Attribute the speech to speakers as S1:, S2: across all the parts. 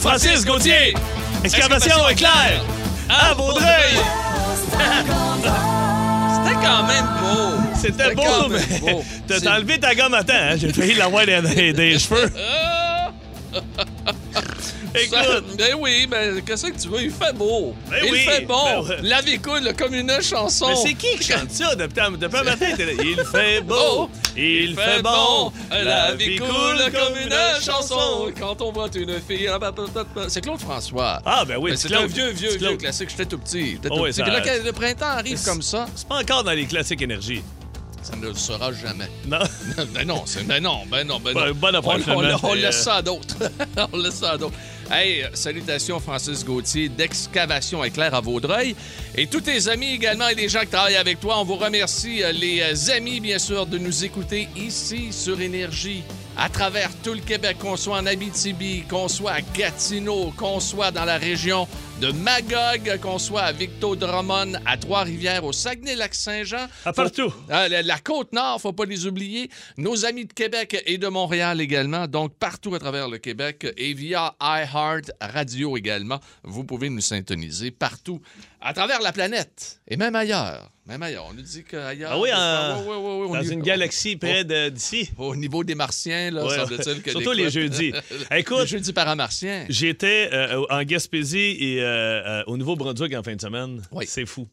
S1: Francis Gauthier. Exclamation éclair.
S2: Ah,
S1: À Vaudreuil.
S2: C'était quand même beau.
S1: C'était beau,
S2: quand
S1: mais
S2: même beau.
S1: t'as
S2: C'est-
S1: t'as enlevé ta gomme à temps. hein. J'ai failli l'avoir des, des, des cheveux.
S2: Ah! Ça-
S1: Écoute,
S2: ben oui, ben qu'est-ce que tu veux? Il fait beau.
S1: Ben
S2: il
S1: oui,
S2: fait bon.
S1: ben ouais.
S2: La vie coule comme une chanson.
S1: mais c'est qui qui chante ça depuis, depuis un matin? t'es là, Il fait beau,
S2: Oh,
S1: il fait bon,
S2: la vie coule comme une chanson. Quand on voit une fille, ah, bah, bah, bah, bah. c'est Claude François.
S1: Ah, ben oui,
S2: Mais
S1: c'est
S2: c'est
S1: Claude.
S2: un vieux, vieux,
S1: C'est
S2: vieux
S1: Claude.
S2: classique. J'étais tout petit. J'étais
S1: Oh
S2: tout
S1: oui,
S2: petit.
S1: ça-
S2: Puis le, ca- le printemps arrive
S1: C'est-
S2: comme ça.
S1: C'est pas encore dans les classiques énergie.
S2: Ça ne le sera jamais.
S1: Non?
S2: ben non, c'est, ben non, ben non, ben non.
S1: Ben, bonne approche,
S2: On, on,
S1: finalement,
S2: on,
S1: c'est,
S2: laisse
S1: euh,
S2: ça à d'autres. on laisse ça à d'autres. Hey, euh, salutations Francis Gauthier d'Excavation Éclair à Vaudreuil. Et tous tes amis également et les gens qui travaillent avec toi, on vous remercie, euh, les euh, amis, bien sûr, de nous écouter ici sur Énergie, à travers tout le Québec, qu'on soit en Abitibi, qu'on soit à Gatineau, qu'on soit dans la région de Magog, qu'on soit à Victo-Drummond, à Trois-Rivières, au Saguenay-Lac-Saint-Jean.
S1: À partout.
S2: Ah, la, côte nord, faut pas les oublier. Nos amis de Québec et de Montréal également. Donc, partout à travers le Québec et via iHeart Radio également, vous pouvez nous syntoniser partout à travers la planète et même ailleurs. Même ailleurs. On nous dit qu'ailleurs.
S1: Ah oui,
S2: on peut
S1: en-
S2: faire- ouais, ouais, ouais, on
S1: Dans
S2: y-
S1: une galaxie près de- d'ici.
S2: Au niveau des martiens, là,
S1: Ouais.
S2: Oh, semble-t-il que
S1: Surtout les
S2: cloches-
S1: jeudis.
S2: Les
S1: Écoute,
S2: jeudis paramartiens.
S1: J'étais euh, en Gaspésie et euh, euh, au Nouveau-Brunswick en fin de semaine.
S2: Oui.
S1: C'est fou.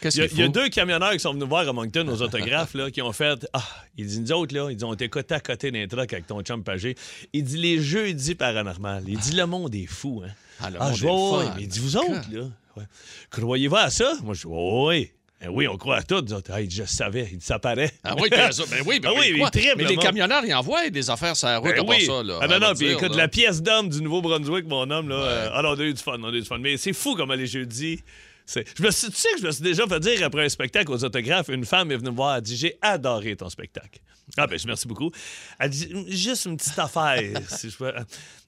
S2: Qu'est-ce
S1: Il y, a,
S2: qu'il
S1: il y a
S2: faut?
S1: deux camionneurs qui sont venus voir à Moncton aux autographes là, qui ont fait Ah, ils disent nous autres, là, ils disent on était côté à côté d'un truck avec ton chum Pagé. Il dit les jeudis paranormal. Il dit le monde est fou, hein.
S2: Ah, le
S1: Ah,
S2: monde
S1: je
S2: est
S1: vois,
S2: fun.
S1: Mais il dit vous autres, là. ouais. Croyez-vous à ça? Moi, je dis oui. Ben oui, on croit à tout. Nous autres, Ah, il dit, je savais. Il dit, ça paraît.
S2: Ah oui, ben ça- ben oui, ben
S1: Ah oui,
S2: oui,
S1: il
S2: quoi?
S1: tripe,
S2: Mais
S1: le
S2: les
S1: monde.
S2: camionneurs, ils envoient des affaires sur la route
S1: Ben
S2: à part
S1: oui.
S2: ça. Là,
S1: ah
S2: on
S1: non,
S2: va
S1: non, puis
S2: dire,
S1: écoute,
S2: là.
S1: la pièce d'homme du Nouveau-Brunswick, mon homme, là. euh, ah non, on a eu du fun, on a eu du fun. Mais c'est fou comme les jeudis. c'est- Je me suis, tu sais que je me suis déjà fait dire après un spectacle aux autographes, une femme est venue me voir, elle dit J'ai adoré ton spectacle. Ah ben, je merci beaucoup. Elle dit Juste une petite affaire. si je peux.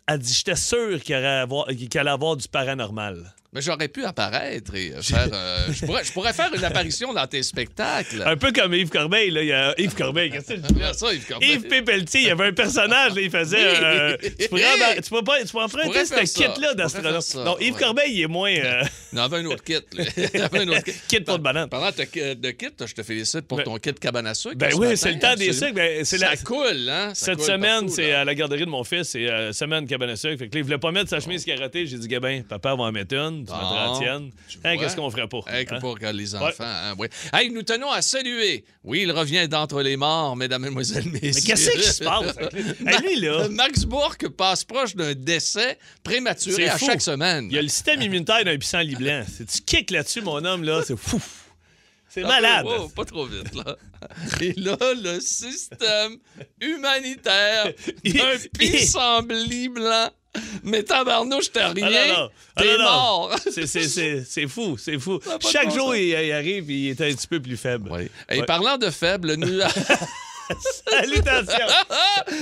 S1: Elle dit J'étais sûr qu'il y aurait à avoir- qu'il allait avoir du paranormal.
S2: Mais j'aurais pu apparaître et euh, faire. euh, je, pourrais, je pourrais faire une apparition dans tes spectacles.
S1: Un peu comme Yves Corbeil, là. Il y a Yves Corbeil, qu'est-ce que c'est, le
S2: Regarde ça, Yves Corbeil.
S1: Yves P. Pelletier, il y avait un personnage, là, il faisait.
S2: Ah, ben, Oui.
S1: euh, tu, pourrais embar- tu pourrais pas, tu pourrais
S2: pourrais
S1: emprunter
S2: faire
S1: ce
S2: ça.
S1: kit-là
S2: Je pourrais faire ça,
S1: d'astronaute. Non, Yves
S2: ouais.
S1: Corbeil, il est moins. euh,
S2: Il y en avait un autre kit. là. Il y en avait un autre kit.
S1: Kit pour de banane.
S2: Parlant de ki- de kit, je te félicite pour
S1: Ben-
S2: ton kit cabane à sucre.
S1: Ben
S2: ce
S1: oui,
S2: matin,
S1: c'est le temps des
S2: absolument.
S1: sucres. Ben, c'est la-
S2: Ça coule, hein? Ça
S1: Cette
S2: coule
S1: semaine,
S2: partout,
S1: c'est euh,
S2: là.
S1: à la garderie de mon fils, c'est euh, semaine cabane à sucre. Fait que là, il voulait pas mettre sa chemise carottée. J'ai dit, Gabin, papa va en mettre une, tu mettras la tienne.
S2: tu
S1: Hein,
S2: vois.
S1: Qu'est-ce qu'on ferait pas?
S2: Hey, que
S1: hein?
S2: pour les enfants. hein, ouais. Hey, nous tenons à saluer. Oui, il revient d'entre les morts, mesdames, mesdemoiselles, messieurs.
S1: Mais qu'est-ce qui se passe? avec lui? Hey, lui, là,
S2: Max Bourque passe proche d'un décès prématuré
S1: C'est
S2: à
S1: fou.
S2: chaque semaine.
S1: il a le système immunitaire d'un pissenlit blanc. Si tu kicks là-dessus, mon homme, là, c'est fou. C'est
S2: Ah,
S1: malade.
S2: wow, pas trop vite, là. Et là, le système humanitaire d'un pissenlit blanc. Mais tabarnouche, t'as rien.
S1: Ah, non, non. Ah,
S2: T'es
S1: non, non.
S2: mort.
S1: C'est- c'est- C'est c'est fou, c'est fou.
S2: n'a pas de
S1: Chaque
S2: bon
S1: jour,
S2: sens.
S1: il, il arrive et il est un petit peu plus faible.
S2: Et
S1: Ouais.
S2: parlant de faible, nous...
S1: Salutations!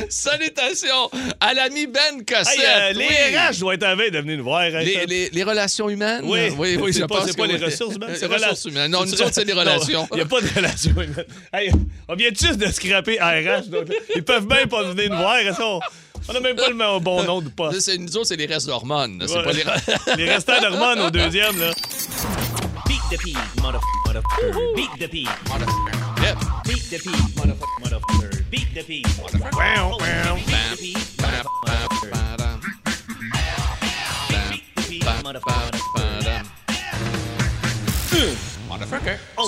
S2: salutations à l'ami Ben Cossette.
S1: Hey, euh, les
S2: oui.
S1: RH doivent être en veille de venir nous voir. hein, ça.
S2: Les, les- les relations humaines?
S1: Oui,
S2: oui, oui,
S1: c'est
S2: je
S1: pas,
S2: pense
S1: c'est pas
S2: que
S1: les
S2: oui.
S1: ressources humaines.
S2: Les
S1: c'est
S2: ressources
S1: rela-
S2: humaines. Non, nous autres, c'est les relations.
S1: Il n'y a pas de relations humaines. Hey, on vient juste de scraper RH. donc, ils peuvent même pas venir nous voir. elles sont- On n'a même pas le même bon nom de
S2: Là,
S1: poste.
S2: c'est- Nous autres, c'est les restes d'hormones. là, C'est
S1: Ouais.
S2: pas les...
S1: Les restants d'hormones au deuxième. Là.
S3: Beat the pig, motherfucker, motherfucker. Beat the pig,
S2: Yep.
S3: beat the pig, motherfucker, motherfucker. Beat the pig, motherfucker. Beat the pig, motherfucker, motherfucker. Beat the pig, motherfucker, motherfucker.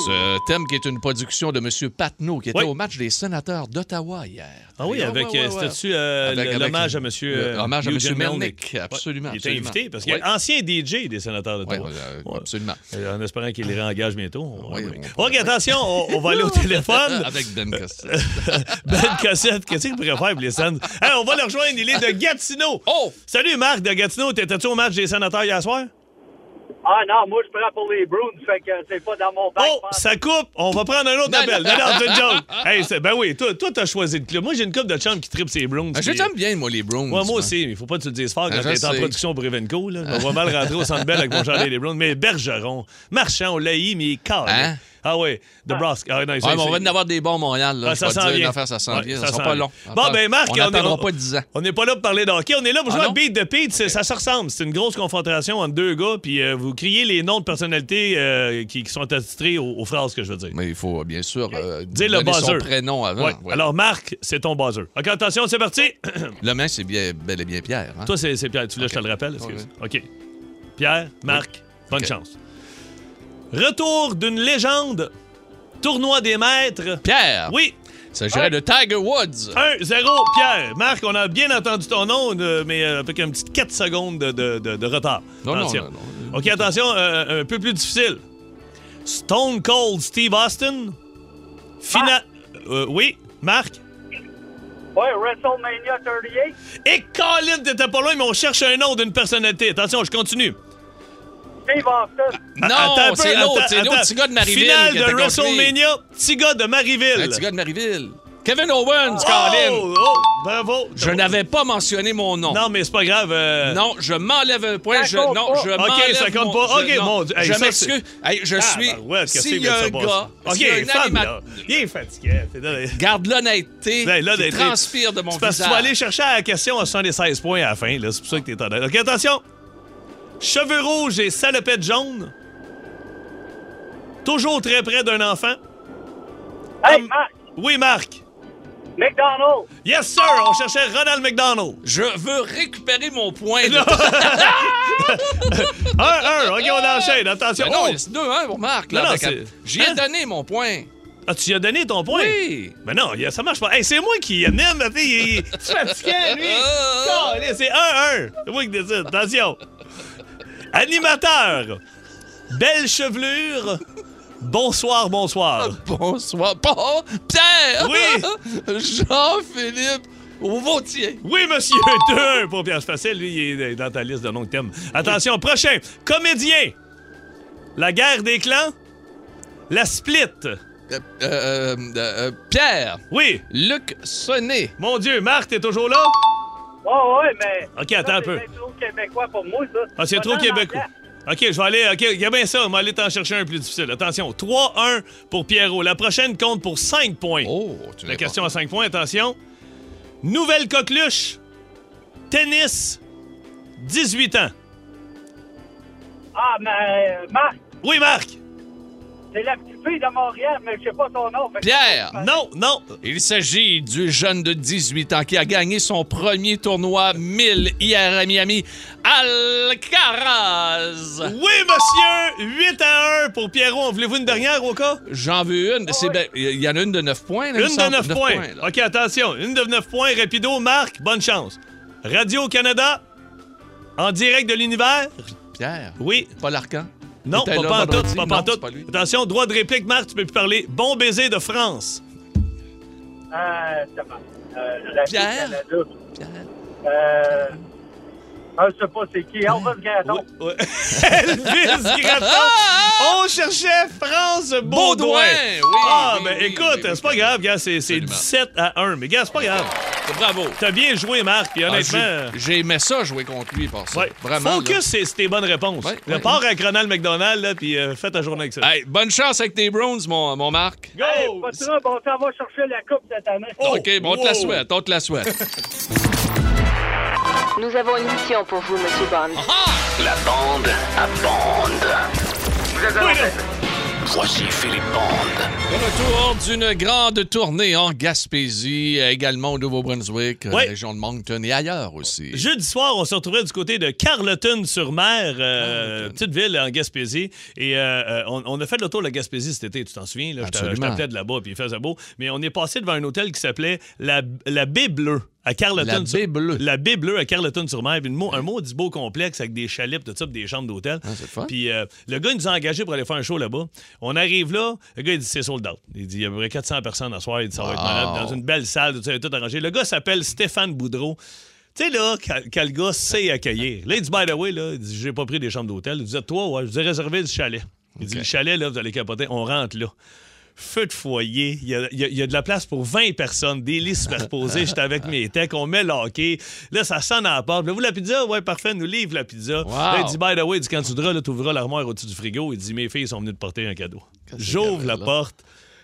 S2: Ce thème qui est une production de M. Patneau, qui était
S1: Oh. Oui.
S2: au match des sénateurs d'Ottawa hier.
S1: Ah oui,
S2: Ouais,
S1: avec
S2: ouais, ouais,
S1: euh,
S2: ouais.
S1: c'était-tu euh,
S2: Avec-
S1: le-
S2: avec-
S1: l'hommage à monsieur
S2: le-
S1: euh,
S2: hommage à
S1: Eugene
S2: monsieur Melnick,
S1: Ouais,
S2: absolument,
S1: Il était
S2: absolument.
S1: invité parce qu'il
S2: Ouais.
S1: est ancien DJ des sénateurs de
S2: Ouais,
S1: Toronto.
S2: ouais, euh, absolument.
S1: En espérant qu'il les réengage bientôt. On-
S2: Ouais, on-
S1: OK, attention, on, on va aller au téléphone.
S2: Avec Ben
S1: Euh,
S2: Costa.
S1: ben Cossette, qu'est-ce qu'il pourrait faire pour les Sens? Hey, on va le rejoindre, il est de Gatineau.
S2: Oh!
S1: Salut Marc de Gatineau, t'étais-tu au match des sénateurs hier soir?
S4: Ah non, moi je prends pour les Bruins, fait que c'est pas dans mon bac.
S1: Oh, ça coupe! On va prendre un autre
S2: Non,
S1: appel.
S2: non.
S1: Non, non, c'est une joke. Hey, c'est- ben oui, toi, toi, t'as choisi le club. Moi, j'ai une coupe de chum qui tripe ses Browns.
S2: Je
S1: puis-
S2: t'aime bien, moi, les Browns.
S1: Ouais, moi aussi, mais il faut pas que tu le dises fort
S2: Ah,
S1: quand
S2: je
S1: t'es en
S2: sais. Ah.
S1: production pour Evenco. Là. On va mal rentrer au centre belle avec mon chandail des Browns. Mais Bergeron, Marchand, on l'a eu, mais il est carré.
S2: Hein?
S1: Ah oui, The Brosque. Ah, non,
S2: Ouais,
S1: c'est-
S2: mais on va
S1: c'est-
S2: en avoir des bons à Montréal. Là,
S1: Ah,
S2: Je
S1: ça
S2: vais te
S1: s'en
S2: dire une
S1: vient.
S2: affaire, ça s'en
S1: Ouais,
S2: vient.
S1: ça
S2: Ça sera
S1: s'en
S2: pas long.
S1: vient. Bon, ben, Marc,
S2: on
S1: on-
S2: n'attendra
S1: on-
S2: pas 10 ans.
S1: On n'est pas là pour parler d'hockey, on est là pour
S2: Ah
S1: jouer à
S2: non?
S1: beat de beat. c'est- Ça se ressemble. C'est une grosse confrontation entre deux gars, puis euh, vous criez les noms de personnalités euh, qui, qui sont attitrées aux, aux phrases que je veux dire.
S2: Mais il faut, bien sûr, euh,
S1: Dis le
S2: donner son
S1: buzzer.
S2: prénom avant.
S1: Ouais.
S2: Ah Ouais.
S1: Alors, Marc, c'est ton buzzer. OK, attention, c'est parti.
S2: Le main, c'est bien, bel et bien Pierre. hein?
S1: Toi, c'est c'est Pierre. Tu voulais que je te le rappelle? Excuse. OK. Pierre, Marc, bonne
S2: OK.
S1: chance. Retour d'une légende. Tournoi des maîtres.
S2: Pierre!
S1: Oui,
S2: Il s'agirait de Tiger Woods.
S1: 1-0, Pierre. Marc, on a bien entendu ton nom, euh, mais euh, avec un petit 4 secondes de, de- de- de retard.
S2: Non, non,
S1: Attention.
S2: non,
S1: OK, attention, euh, un peu plus difficile. Stone Cold Steve Austin. Final.
S2: Ah.
S1: oui, Marc.
S4: Ouais, WrestleMania 38.
S1: Et Colin, t'étais pas loin, mais on cherche un nom d'une personnalité. Attention, je continue.
S4: Steve Austin.
S2: Non,
S1: Ah, Attends un peu,
S2: c'est l'autre,
S1: attends,
S2: c'est l'autre
S1: attends.
S2: petit gars de Marieville.
S1: Finale
S2: que
S1: de
S2: t'as compris.
S1: WrestleMania, petit gars de Marieville.
S2: Un petit gars de Marieville. Kevin Owens,
S1: Oh,
S2: Colin.
S1: oh, bravo.
S2: Je n'avais pas mentionné mon nom.
S1: Non, mais c'est pas grave. euh,
S2: Non, je m'enlève un point.
S4: Ça
S2: Je,
S4: compte
S2: non,
S4: pas.
S2: je
S4: Ok,
S2: m'enlève
S1: ça compte
S2: mon-
S1: pas.
S2: je-
S1: Ok,
S2: non,
S1: mon Dieu. Hey,
S2: je
S1: ça,
S2: m'excuse. Hey, je
S1: ah,
S2: suis.
S1: ben ouais, qu'est-ce
S2: S'il
S1: que
S2: y a
S1: c'est
S2: un
S1: que ça passe?
S2: gars,
S1: OK,
S2: s'il y a un
S1: femme,
S2: anima-
S1: là. Il est fatigué. t'es dans les-
S2: garde l'honnêteté
S1: Ben, là,
S2: qui
S1: d'être-
S2: transpire de mon
S1: C'est
S2: visage.
S1: parce que tu vas aller chercher à la question à 76 points à la fin. là. C'est pour ça que t'es honnête. OK, attention. Cheveux rouges et salopette jaune. Toujours très près d'un enfant.
S4: Hey,
S1: Hum.
S4: Marc.
S1: Oui, Marc.
S4: McDonald's.
S1: Yes, sir. On cherchait Ronald McDonald.
S2: Je veux récupérer mon point. de-
S1: 1-1. OK, on enchaîne. Attention.
S2: Ben non,
S1: Oh!
S2: c'est 2-1 pour Marc. là,
S1: Non, non,
S2: avec un-
S1: c'est-
S2: J'y ai
S1: Hein?
S2: donné mon point.
S1: Ah, tu y as donné ton point?
S2: Oui.
S1: Mais non, y a- ça marche pas. Hey, c'est moi qui anime, ma fille. Il est fatiguant, lui.
S2: Ah,
S1: Calais, c'est 1-1. C'est moi qui décide. Attention. Animateur. Belle chevelure. Bonsoir, bonsoir.
S2: Bonsoir. Bon, Pierre.
S1: Oui.
S2: Jean-Philippe Vautier.
S1: Oui, monsieur. 2-1 pour Pierre Facile. Lui, il est dans ta liste de noms que t'aimes. Attention, prochain. Comédien. La guerre des clans. La split.
S2: Euh, euh, euh, euh, Pierre.
S1: Oui.
S2: Luc Sonnet.
S1: Mon Dieu, Marc, t'es toujours là?
S4: Ouais, ouais, mais.
S1: Ok, Ah, attends
S4: Ça,
S1: un peu.
S4: C'est bien trop québécois pour moi, ça.
S1: Ah, c'est trop
S4: Bonne
S1: québécois.
S4: ambiance.
S1: OK, je vais aller. OK, il y a bien ça. On va aller t'en chercher un plus difficile. Attention, 3-1 pour Pierrot. La prochaine compte pour 5 points.
S2: Oh, tu
S1: La
S2: n'es pas-
S1: question à 5 points, attention. Nouvelle coqueluche. Tennis. 18 ans.
S4: Ah, mais euh, Marc,
S1: Oui, Marc.
S4: c'est la petite fille de Montréal, mais je sais pas son nom. fait que-
S2: Pierre.
S1: Non, non.
S2: Il s'agit du jeune de 18 ans qui a gagné son premier tournoi 1000 hier à Miami, Alcaraz.
S1: Oui, monsieur. 8 à 1 pour Pierrot. En voulez-vous une dernière au cas?
S2: J'en veux une. C'est
S4: ouais.
S2: ben- Il y en a une de 9 points. là,
S1: Ah
S2: il me
S1: Une de
S2: semble.
S1: 9
S2: Neuf
S1: points.
S2: là.
S1: OK, attention. Une de 9 points. Rapido, Marc. Bonne chance. Radio-Canada. En direct de l'univers.
S2: Pierre.
S1: Oui,
S2: Paul Arcan.
S1: Non,
S2: Était
S1: pas,
S2: là
S1: pas en tout,
S2: vendredi.
S1: pas,
S2: Non,
S1: en tout.
S2: c'est pas lui.
S1: Attention, droit de réplique, Marc, tu peux plus parler. Bon baiser de France.
S4: Euh, c'est bon. Euh, la fille du
S2: Pierre?
S4: Canada. Euh. Ah, je sais pas c'est qui. Elvis Gratton.
S1: Oui, oui. Elvis
S2: Ah,
S1: Gratton. On cherchait France Baudouin.
S2: Baudouin, oui,
S1: Ah,
S2: oui,
S1: ben
S2: oui,
S1: écoute,
S2: oui, oui.
S1: c'est pas grave, gars, c'est c'est
S2: Absolument.
S1: 17 à 1. Mais gars, c'est pas grave.
S2: Bravo.
S1: T'as bien joué, Marc, puis
S2: Ah,
S1: ah! honnêtement.
S2: j'ai- J'ai aimé ça jouer contre lui par ça.
S1: ouais.
S2: Vraiment.
S1: Focus, c'est c'est tes bonnes réponses.
S2: Ouais, ouais,
S1: Repars à Ronald McDonald, là, puis euh, fais ta journée avec ça.
S2: là. Hey, bonne chance avec tes Browns, mon, mon Marc.
S1: Go!
S4: Hey, pas trop, bon, ça va chercher la coupe cette année.
S1: Oh,
S2: OK, bon, on te la
S1: wow.
S2: souhaite, on te la souhaite.
S5: Nous avons une mission pour vous, Monsieur Bond.
S6: La bande à bande.
S1: Oui, là.
S6: Voici Philippe Bande.
S2: Le retour d'une grande tournée en Gaspésie, euh, également au Nouveau-Brunswick, euh,
S1: Ouais.
S2: région de Moncton et ailleurs aussi.
S1: Jeudi soir, on se retrouvait du côté de Carleton-sur-Mer, euh, petite ville en Gaspésie. Et euh, euh, on, on a fait le tour de la Gaspésie cet été, tu t'en souviens? Là, Je t'a- je
S2: Absolument.
S1: t'appelais de là-bas, puis il faisait beau. Mais on est passé devant un hôtel qui s'appelait la, la Baie Bleue. À Carleton
S2: La Baie Bleue.
S1: La Baie Bleue à Carleton-sur-Mer. Puis une mo- un mot du beau complexe avec des chalets, puis tout ça, puis des chambres d'hôtel.
S2: Ah, c'est le fun.
S1: Puis euh, le gars, il nous a engagés pour aller faire un show là-bas. On arrive là, le gars, il dit c'est sold out. Il dit il y a à peu près 400 personnes à soir. Il dit ça va être
S2: Wow.
S1: malade. Dans une belle salle, tout ça, il a tout arrangé. Le gars s'appelle Stéphane Boudreau. Tu sais, là, quand, quand le gars sait accueillir. Là, il dit, by the way, là, il dit, j'ai pas Ah, pris des chambres d'hôtel. Il dit, toi, ouais, je vous ai réservé du chalet. Il dit, le chalet, là, vous allez capoter, on rentre là. Feu de foyer, il y, a- il y a- il y a de la place pour 20 personnes, des lits superposés, j'étais avec mes techs, on met le hockey, là ça sonne à la porte, Voulez-vous la pizza? Ouais, parfait, nous livre la pizza.
S2: Wow.
S1: Là, il dit, by the way, il dit, quand tu voudras, là, tu ouvriras l'armoire au-dessus du frigo, il dit, mes filles sont venues te porter un cadeau. J'ouvre la
S2: là?
S1: porte,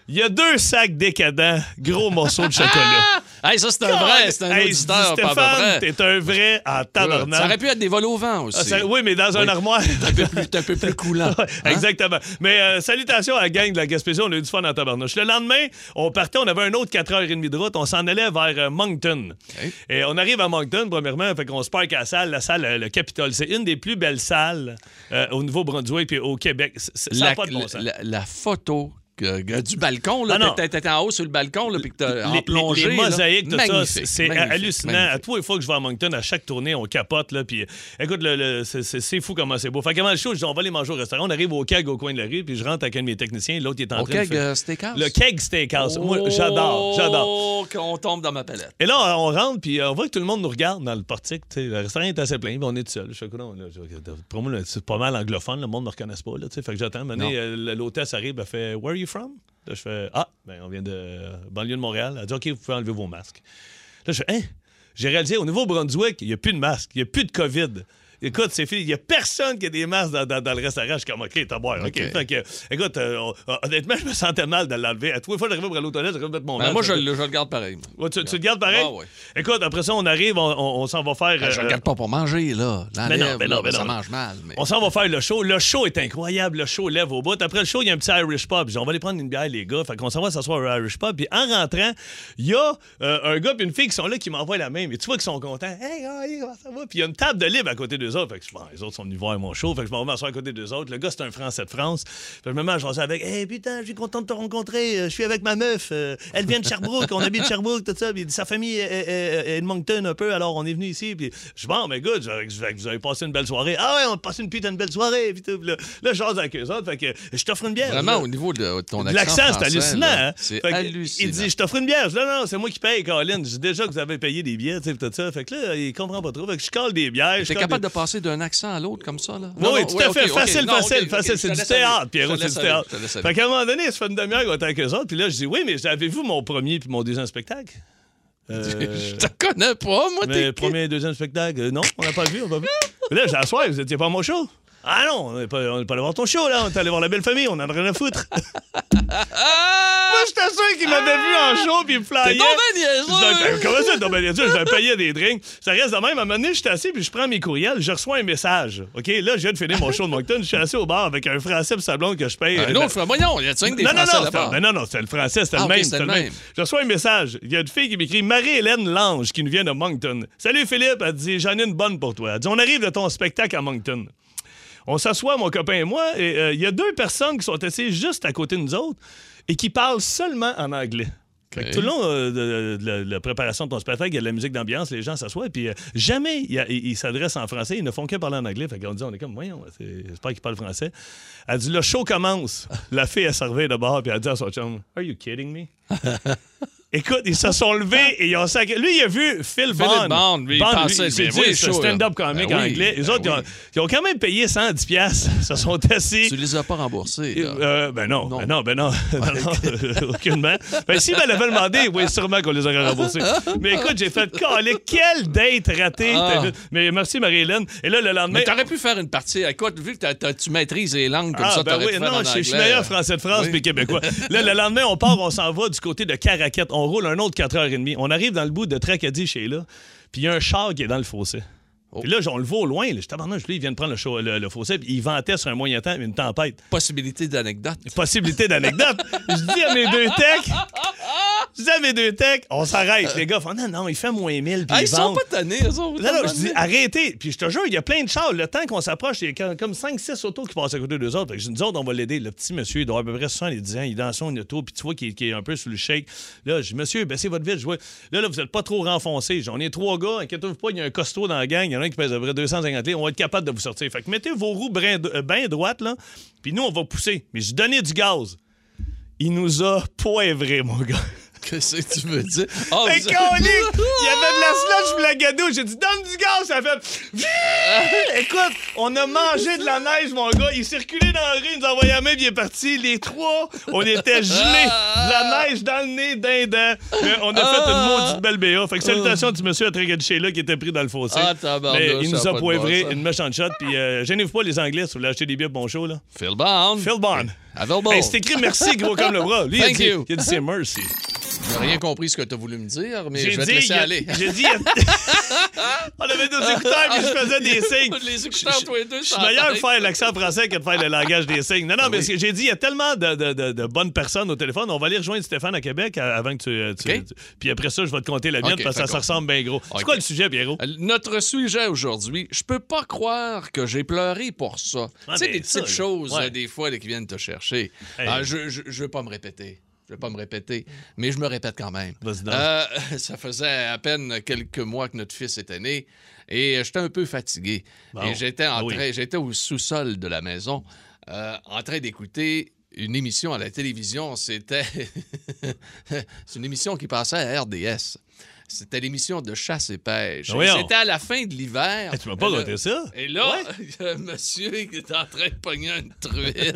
S1: il y a deux sacs décadents, gros morceaux de chocolat.
S2: Hey, ça, c'est un vrai, c'est un
S1: Hey, je dis,
S2: auditeur, pas à peu
S1: Stéphane,
S2: près.
S1: t'es un vrai en tabarnak.
S2: Ça aurait pu être des vols au vent
S1: Ah,
S2: aussi.
S1: ça- oui, mais dans un
S2: Oui.
S1: armoire.
S2: un peu plus, un peu plus coulant.
S1: Ouais,
S2: Hein?
S1: Exactement. Mais euh, salutations à la gang de la Gaspésie. On a eu du fun en tabarnouche. Le lendemain, on partait. On avait un autre 4h30 de route. On s'en allait vers euh, Moncton.
S2: Ok.
S1: Et on arrive à Moncton, premièrement. Fait qu'on se parque à la salle, la salle, euh, le Capitole. C'est une des plus belles salles euh, au Nouveau-Brunswick puis au Québec. C- c- Ça n'a
S2: La,
S1: pas de bon sens.
S2: la- la photo que- que du balcon,
S1: Ah, non.
S2: là, t'étais t'étais en haut sur le balcon, là, puis que t'as en
S1: les,
S2: plongée.
S1: les- les
S2: euh, là.
S1: mosaïques, tout ça, c'est-
S2: Magnifique,
S1: c'est
S2: magnifique,
S1: hallucinant. À
S2: magnifique.
S1: tous les fois que je vais à Moncton, à chaque tournée, on capote. Là, puis, euh, écoute, le- le- c'est- c'est c'est fou comment c'est beau. Fait qu'avant le show, je dis, on va aller manger au restaurant. On arrive au keg au coin de la rue, puis je rentre avec un de mes techniciens. L'autre, il est en
S2: Au
S1: train de
S2: keg,
S1: faire-
S2: euh, steakhouse?
S1: Le keg steakhouse. Moi, j'adore, j'adore.
S2: Oh, qu'on tombe dans ma palette.
S1: Et là, on rentre, puis euh, on voit que tout le monde nous regarde dans le portique. tu sais. Le restaurant est assez plein, puis on est tout seul. Je fais, Coudon, là, je- pour moi, là, c'est pas mal anglophone, le monde ne me reconnaît pas. Là, tu sais. fait que j'attends. Un moment donné,
S2: Non.
S1: euh, L'hôtesse arrive, elle fait Where are you from? Là, je fais Ah, ben, on vient de euh, banlieue de Montréal. Elle dit OK, vous pouvez enlever vos masques. Là, je fais Hein? J'ai réalisé, au Nouveau-Brunswick, il n'y a plus de masques, il n'y a plus de COVID. Écoute, c'est fini. Il n'y a personne qui a des masques dans, dans- dans le restaurant. Je suis comme, OK, t'as boire. OK.
S2: OK.
S1: Fait que, écoute, euh, on- euh, honnêtement, je me sentais mal de l'enlever. À toutes les fois que j'arrivais pour aller aux toilettes, je mettre mon
S2: Ben,
S1: masque.
S2: moi, je, le- je le garde pareil.
S1: Ouais, tu, tu le gardes pareil?
S2: Ah, ouais.
S1: Écoute, après ça, on arrive, on, on- on s'en va faire.
S2: Ben, je
S1: euh,
S2: le garde pas pour manger, là.
S1: mais non,
S2: L'enlève,
S1: mais non,
S2: là,
S1: mais
S2: ça
S1: non.
S2: mange mal. Mais...
S1: on s'en va faire le show. Le show est incroyable. Le show lève au bout. Après le show, il y a un petit Irish pub. Je dis, On va aller prendre une bière, les gars. Fait qu'on s'en va s'asseoir au Irish pub. Puis en rentrant, il y a euh, un gars et une fille qui sont là qui m'envoient la main. Mais tu vois qu'ils sont contents. Hey, how are you? Comment ça va? Puis il y a une table de libre à côté d'eux autres. Fait que je- bon, les autres sont venus voir mon show. Fait que je m'en vais m'asseoir à côté d'eux autres. Le gars, c'est un Français de France. Fait que je me mets à jaser avec. Hey, putain, je suis content de te rencontrer. Euh, Je suis avec ma meuf. Euh, elle vient de Sherbrooke. On habite Sherbrooke, tout ça. Puis il dit, sa famille est, est- est- est de Moncton un peu. Alors on est venu ici. Puis je bon, mais good. je- je- Vous avez passé une belle soirée. Ah ouais, on a passé une putain de belle soirée. Puis tout. Puis là, là, je jase avec eux autres. Fait que je t'offre une bière.
S2: Vraiment,
S1: Je-
S2: au niveau de, de ton
S1: de
S2: accent.
S1: L'accent, c'est
S2: français,
S1: hallucinant.
S2: là,
S1: hein?
S2: C'est
S1: Fait que
S2: hallucinant.
S1: Il dit Je t'offre une bière. Je dis, Non, non, c'est moi qui paye, Colin. Je dis déjà que vous avez payé des billets, tu sais, pis tout ça. Fait que là, il comprend pas trop. Fait que je colle des bières. je
S2: T'es
S1: colle
S2: capable
S1: des-
S2: de passer d'un accent à l'autre comme ça, là?
S1: Oui, oui, tout à fait. facile, facile, facile. c'est du théâtre,
S2: Pierre.
S1: Pierrot, c'est du théâtre. Fait qu'à un moment donné, ça fait une demi-heure qu'on était avec eux autres. Puis là, je dis Oui, mais avez-vous mon premier puis mon deuxième spectacle Euh,
S2: Je te connais pas, moi,
S1: mais
S2: t'es qui?
S1: premier, deuxième spectacle, euh, non, on n'a pas vu, on n'a pas vu. Là, j'ai la soif, vous étiez pas à mon show. Ah non, on n'est pas, on est pas allé voir ton show, là, on est allé voir la belle famille, on en a rien à foutre. Moi, j'étais sûr qu'il m'avait vu en show, puis il me flyait.
S2: T'es donc ben niaiseux!
S1: Je disais, Comment ça, t'es donc ben niaiseux? Je leur payais des drinks. Ça reste de même. À un moment donné, je suis assis, puis je prends mes courriels, je reçois un message. OK, là, je viens de finir mon show de Moncton, je suis assis au bar avec un Français pis sa blonde que je paye.
S2: Un
S1: Euh,
S2: autre, frère, voyons, y a-tu un que des
S1: non, non,
S2: Français
S1: non,
S2: là-bas?
S1: c'était- non, non, c'était le français, c'était
S2: Ah,
S1: le
S2: ok,
S1: même.
S2: c'était
S1: c'était
S2: le
S1: le même.
S2: même.
S1: Je reçois un message. Il y a une fille qui m'écrit Marie-Hélène Lange, qui nous vient de Moncton. Salut Philippe, elle dit J'en ai une bonne pour toi. Elle dit On arrive de ton spectacle à Moncton. On s'assoit, mon copain et moi, et euh, il y a deux personnes qui sont assises juste à côté de nous autres et qui parlent seulement en anglais. Fait que
S2: Ok.
S1: tout le long euh, de, de- de la- de la préparation de ton spectacle, il y a de la musique d'ambiance, les gens s'assoient, puis euh, jamais il y a- ils ils s'adressent en français, ils ne font que parler en anglais. Fait qu'on dit, on est comme, voyons, c'est- j'espère qu'ils parlent français. Elle dit, le show commence. La fille, elle servait de bord, puis elle dit à son chum, Are you kidding me? Écoute, ils se sont levés et ils ont sacré. Lui, il a vu Phil Bond.
S2: Bond, lui, il pensait,
S1: il s'est
S2: ben
S1: dit,
S2: oui,
S1: c'est un
S2: chaud, là.
S1: stand-up comique
S2: Ben oui,
S1: anglais. Les
S2: ben
S1: autres, ils, ont,
S2: oui.
S1: ils ont quand même payé 110 pièces. se sont assis.
S2: Tu les as pas remboursés, là.
S1: Euh, ben non,
S2: Non.
S1: ben non, ben non, non, non, euh, aucunement. Ben si elle avait demandé, oui, sûrement qu'on les aurait remboursés. Mais écoute, j'ai fait caler, quelle date ratée!
S2: Ah.
S1: t'as vu? Mais merci Marie-Hélène. Et là, le lendemain.
S2: Mais t'aurais pu faire une partie. Écoute, vu que t'as- t'as- tu maîtrises les langues comme
S1: ah,
S2: ça,
S1: ben
S2: t'aurais
S1: oui,
S2: pu faire en
S1: non, je
S2: anglais.
S1: je suis meilleur français de France
S2: Oui.
S1: puis québécois. Là, le lendemain, on part, on s'en va du côté de Caraquette. On roule un autre 4h30. On arrive dans le bout de Tracadie chez là, puis il y a un char qui est dans le fossé.
S2: Oh.
S1: Puis là, on le voit au loin. Là, je tabarnouche, lui, il vient de prendre le, show- le- le fossé, puis il vantait sur un moyen temps une tempête.
S2: Possibilité d'anecdote.
S1: possibilité d'anecdote. je dis à mes deux techs, je dis à mes deux techs, on s'arrête. Les gars font non, non, il fait moins 1000 puis
S2: Ah,
S1: ils
S2: ils sont
S1: vendent.
S2: pas tannés, eux autres.
S1: Là, je dis arrêtez. Puis je te jure, il y a plein de chars. Le temps qu'on s'approche, il y a comme 5-6 autos qui passent à côté d'eux autres. Fait que je dis, nous autres, on va l'aider. Le petit monsieur, il doit avoir à peu près 70 ans. Il est dans son auto. Puis tu vois qu'il qu'il est un peu sous le shake. Là, je dis, monsieur, baissez votre vitre. Je vois, là, là, vous n'êtes pas trop renfoncé. J'en ai trois gars. Inquiétez-vous pas, il y a un costaud dans la gang. Il y en a un qui pèse à peu près 250 livres. On va être capable de vous sortir. Fait que mettez vos roues euh, bien droites, là. Puis nous, on va pousser. Mais je donnais du gaz. Il nous a poivré, mon gars.
S2: Qu'est-ce que tu veux dire? Oh,
S1: Mais
S2: vous-
S1: colique! Il y avait de la slush pour la gadoue. J'ai dit, donne du gaz. Ça fait. Écoute, on a mangé de la neige, mon gars. Il circulait dans la rue, il nous envoyait la main, puis il est parti. Les trois, on était gelés. De la neige dans le nez, dindin. Mais on a fait
S2: Ah!
S1: une maudite belle BA. Fait que salutations à petit monsieur à Trinket chez là qui était pris dans le fossé.
S2: Ah, tabarnouche,
S1: Mais il
S2: ça
S1: nous a
S2: a pas de bon
S1: poivré
S2: sens.
S1: une méchante shot. Puis euh, gênez-vous pas, les Anglais, si vous voulez acheter des billets pour mon show, là.
S2: Phil Bond.
S1: Phil Bond.
S2: Available.
S1: Hey, c'est écrit merci, gros comme le bras. Lui, il a
S2: Thank
S1: dit-
S2: you.
S1: il a dit c'est merci.
S2: J'ai rien compris ce que t'as voulu me dire, mais je vais te
S1: dit,
S2: laisser
S1: il y a-
S2: aller.
S1: J'ai dit. il y a- on avait nos écouteurs puis je faisais des signes.
S2: Les écouteurs,
S1: Je-
S2: toi et deux,
S1: Je suis
S2: ça
S1: meilleur de
S2: arrête.
S1: faire l'accent français que de faire le langage des signes.
S2: Ben
S1: Non, non, mais ce que j'ai dit, il y a tellement de, de- de- de bonnes personnes au téléphone. On va aller rejoindre Stéphane à Québec euh, avant que tu. euh, tu-
S2: OK.
S1: tu- Puis après ça, je vais te conter la mienne
S2: OK,
S1: parce que ça se
S2: d'accord.
S1: ressemble bien gros.
S2: OK.
S1: C'est quoi le sujet, Pierrot?
S2: Euh, Notre sujet aujourd'hui, je peux pas croire que j'ai pleuré pour ça.
S1: Ah,
S2: tu sais,
S1: ben,
S2: des petites
S1: ça, là.
S2: choses,
S1: Ouais.
S2: euh, des fois, là, qui viennent te chercher.
S1: Hey.
S2: Ah, je, je, je veux pas me répéter. Je veux pas me répéter, mais je me répète quand même.
S1: Vas-y donc.
S2: Euh, ça faisait à peine quelques mois que notre fils était né et j'étais un peu fatigué.
S1: Bon.
S2: Et j'étais en
S1: Ah oui.
S2: train- j'étais au sous-sol de la maison euh, en train d'écouter une émission à la télévision. C'était c'est une émission qui passait à RDS. C'était l'émission de chasse et pêche.
S1: Ah, voyons.
S2: C'était à la fin de l'hiver.
S1: Hey, tu m'as pas
S2: Et là-
S1: raconté ça?
S2: euh, Et là, il y a un monsieur qui est en train de pogner une truite.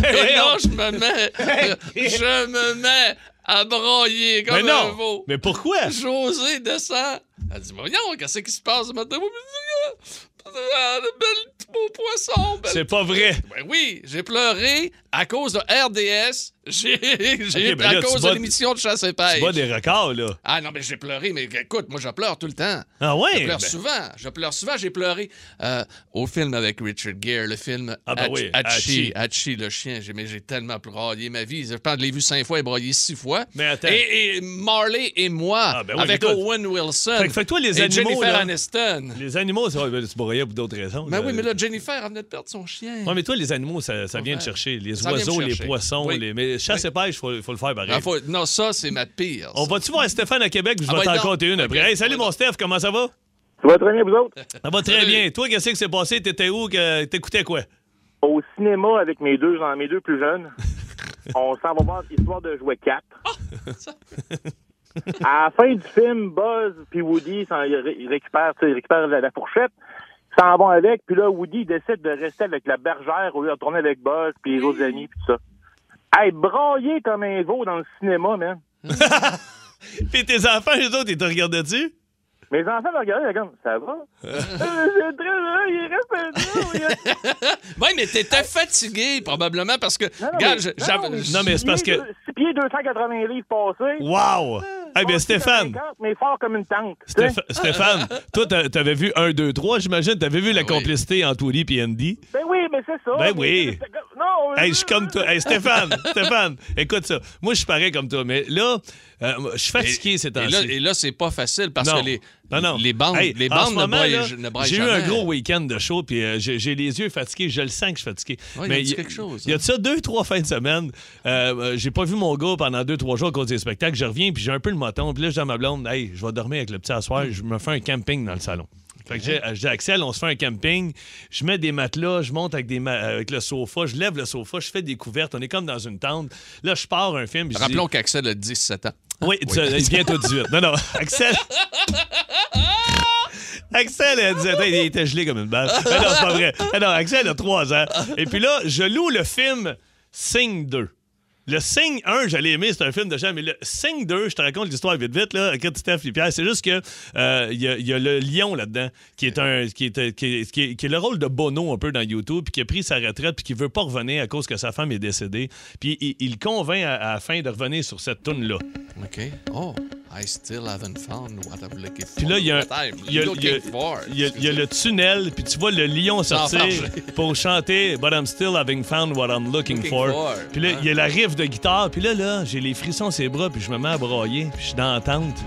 S1: Ben voyons. Ben,
S2: et là, je me mets, je me mets à broyer comme
S1: mais
S2: un
S1: non!
S2: veau.
S1: Mais pourquoi?
S2: José descend. Elle dit, voyons, qu'est-ce qui se passe ce matin? Moi, je dis, Ah, le bel petit beau poisson. belle-
S1: C'est pas vrai.
S2: Ben oui, j'ai pleuré à cause de RDS. J'ai, j'ai-
S1: Ok, ben là,
S2: à
S1: tu
S2: cause de
S1: bats-
S2: l'émission de chasse et
S1: Tu
S2: pêche.
S1: bats des records, là.
S2: Ah non, mais j'ai pleuré, mais écoute, moi je pleure tout le temps.
S1: Ah
S2: Je
S1: ouais? Ben,
S2: pleure souvent, je pleure souvent, j'ai pleuré euh, au film avec Richard Gere, le film
S1: Ah ben
S2: Hatch-
S1: oui, Hachi.
S2: Hachi, Hachi, le chien. J'ai, mais j'ai tellement broyé ma vie. Je pense que je l'ai vu cinq fois et broyé six fois.
S1: Mais attends.
S2: Et, et Marley et moi,
S1: Ah ben oui,
S2: avec
S1: écoute.
S2: Owen Wilson.
S1: Fait que- fait que toi, les
S2: et
S1: animaux,
S2: Jennifer
S1: là-
S2: Aniston.
S1: Les animaux, ça, ben, tu broyais pour d'autres raisons.
S2: Ben oui, mais là, Jennifer, elle venait de perdre son chien.
S1: Ouais, mais toi, les animaux, ça, ça vient te
S2: Ouais.
S1: chercher. Les
S2: Ça vient me
S1: oiseaux, les
S2: chercher.
S1: poissons,
S2: Oui.
S1: les... mais chasse et pêche, il faut, faut le faire pareil.
S2: Ah, faut- Non, ça, c'est ma pire.
S1: On va-tu voir Stéphane à Québec? puis Je
S2: Ah,
S1: vais
S2: ben
S1: t'en
S2: non.
S1: compter une
S2: Ok.
S1: après. Hey, salut
S2: Ouais,
S1: mon
S2: non.
S1: Steph, comment ça va?
S4: Ça va très bien, vous autres?
S1: Ça va très
S2: Salut.
S1: bien. Toi, qu'est-ce qui s'est passé? T'étais où? que- T'écoutais quoi?
S4: Au cinéma avec mes deux, en- mes deux plus jeunes, on s'en va voir l'histoire de jouer 4.
S2: Ah!
S4: à la fin du film, Buzz puis Woody s'en- ils ré- ils récupèrent, tu sais, ils récupèrent la, la fourchette, ils s'en vont avec, puis là, Woody décide de rester avec la bergère au lieu de retourner avec Buzz puis les autres amis puis tout ça. Hey, brailler comme un veau dans le cinéma, man.
S1: Puis tes enfants, les autres, ils te regardaient-tu?
S4: Mes enfants me regardaient, ils étaient comme, ça va? Euh, C'est très là, il reste un jour, il reste-
S2: Oui, mais t'étais fatigué, probablement, parce que.
S4: Non, non,
S2: regarde,
S4: mais-
S2: je- j'avais-
S1: Non, mais c'est parce que-
S4: 6 pieds 280 livres passés.
S1: Wow! Eh
S4: Ah,
S1: bien, Stéphane,
S4: Mais fort comme une tente. tu sais.
S1: Stéph- Stéphane, toi, t'a- t'avais vu 1, 2, 3, j'imagine. T'avais vu la
S2: Ah oui.
S1: complicité entre Willy et Andy.
S4: Ben oui, mais c'est ça.
S1: Ben
S4: Mais
S1: oui.
S4: c'est- Non.
S1: Hey, je suis comme toi. Hey, Stéphane, Stéphane, écoute ça. Moi, je suis pareil comme toi, mais là, euh, je suis fatigué ces
S2: et
S1: temps-ci.
S2: là, et là, c'est pas facile parce
S1: non.
S2: que les,
S1: non, non.
S2: les bandes,
S1: Hey,
S2: les
S1: en
S2: bandes
S1: ce
S2: ne
S1: moment,
S2: braillent-
S1: là,
S2: ne braillent
S1: J'ai eu
S2: jamais.
S1: un gros week-end de show, puis euh, j'ai j'ai les yeux fatigués. Je le sens que je suis fatigué.
S2: Ouais, il a dit quelque chose, hein.
S1: Il y a de ça deux, trois fins de semaine. euh, euh, j'ai pas vu mon gars pendant deux, trois jours à cause des spectacles. Je reviens, puis j'ai un peu le moton. Puis là, je dis à ma blonde, hey, je vais dormir avec le petit à soir. Je me fais un camping dans le salon. Fait que j'ai-
S2: Hein?
S1: je dis, Axel, on se fait un camping. Je mets des matelas, je monte avec, des ma- avec le sofa, je lève le sofa, je fais des couvertes. On est comme dans une tente. Là, je pars un film. puis je dis-
S2: Rappelons qu'Axel a 17 ans.
S1: oui, tu-
S2: Oui.
S1: euh, bientôt 18. Non, non, Axel. Axel, elle disait, Attends, il était gelé comme une balle. Mais non, c'est pas vrai. Mais non, Axel a 3 ans. Et puis là, je loue le film Signe 2. Le Signe 1, je l'ai aimé, c'est un film de genre, mais le Signe 2, je te raconte l'histoire vite vite, là, quand Steph et Pierre, c'est juste que euh, il y, a- il y a le lion là-dedans, qui est un qui est, euh, qui, est, qui est- qui est le rôle de Bono un peu dans YouTube, puis qui a pris sa retraite, puis qui veut pas revenir à cause que sa femme est décédée. Puis il, il le convainc à, à la fin de revenir sur cette toune-là.
S2: OK. Oh, I still haven't found what I'm looking for.
S1: Puis là, il y a,
S2: What I'm
S1: il y a- il y a-
S2: looking for.
S1: il y a- il y a le tunnel, puis tu vois le lion sortir
S2: marche.
S1: pour chanter But I'm still having found what I'm looking,
S2: Looking
S1: for.
S2: for,
S1: Puis là,
S2: hein.
S1: il y a la riff de guitare, puis là, là, j'ai les frissons sur les bras, puis je me mets à broyer, puis je suis dans la tente.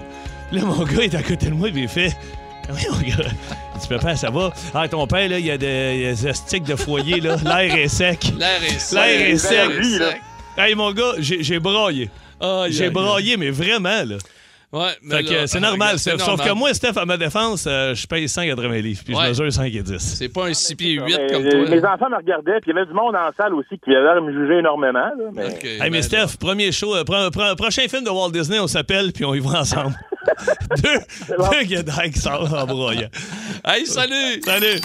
S1: Là, mon gars est à côté de moi, puis il fait. Oui, mon gars. Il dit, papa, ça va? Ah, ton père, là, il y a des, il y a des astiques de foyer, là. L'air est sec.
S2: L'air est sec.
S1: L'air est sec.
S2: L'air
S4: Lui, là.
S1: Hey, mon gars, j'ai j'ai broyé.
S2: Aïe,
S1: J'ai
S2: aïe, aïe.
S1: broyé, mais vraiment, là.
S2: Ouais, mais
S1: Fait que,
S2: là,
S1: c'est
S2: euh,
S1: normal.
S2: regarde, c'est
S1: Steph. Sauf
S2: normal.
S1: que moi, Steph, à ma défense, euh, je paye 180 livres, puis
S2: Ouais.
S1: je mesure 5 et 10.
S2: C'est pas un 6 pieds 8
S4: Mais,
S2: comme
S4: euh,
S2: toi.
S4: Mes enfants me regardaient, puis il y avait du monde en salle aussi qui avait l'air de me juger énormément. là, mais-
S2: Ok,
S1: Hey, mais
S2: ben,
S1: Steph, premier show, euh, pre- pre- prochain film de Walt Disney, on s'appelle, puis on y va ensemble. deux
S4: bon.
S1: deux guédins qui sortent en broyant.
S2: Hey, salut!
S1: Salut!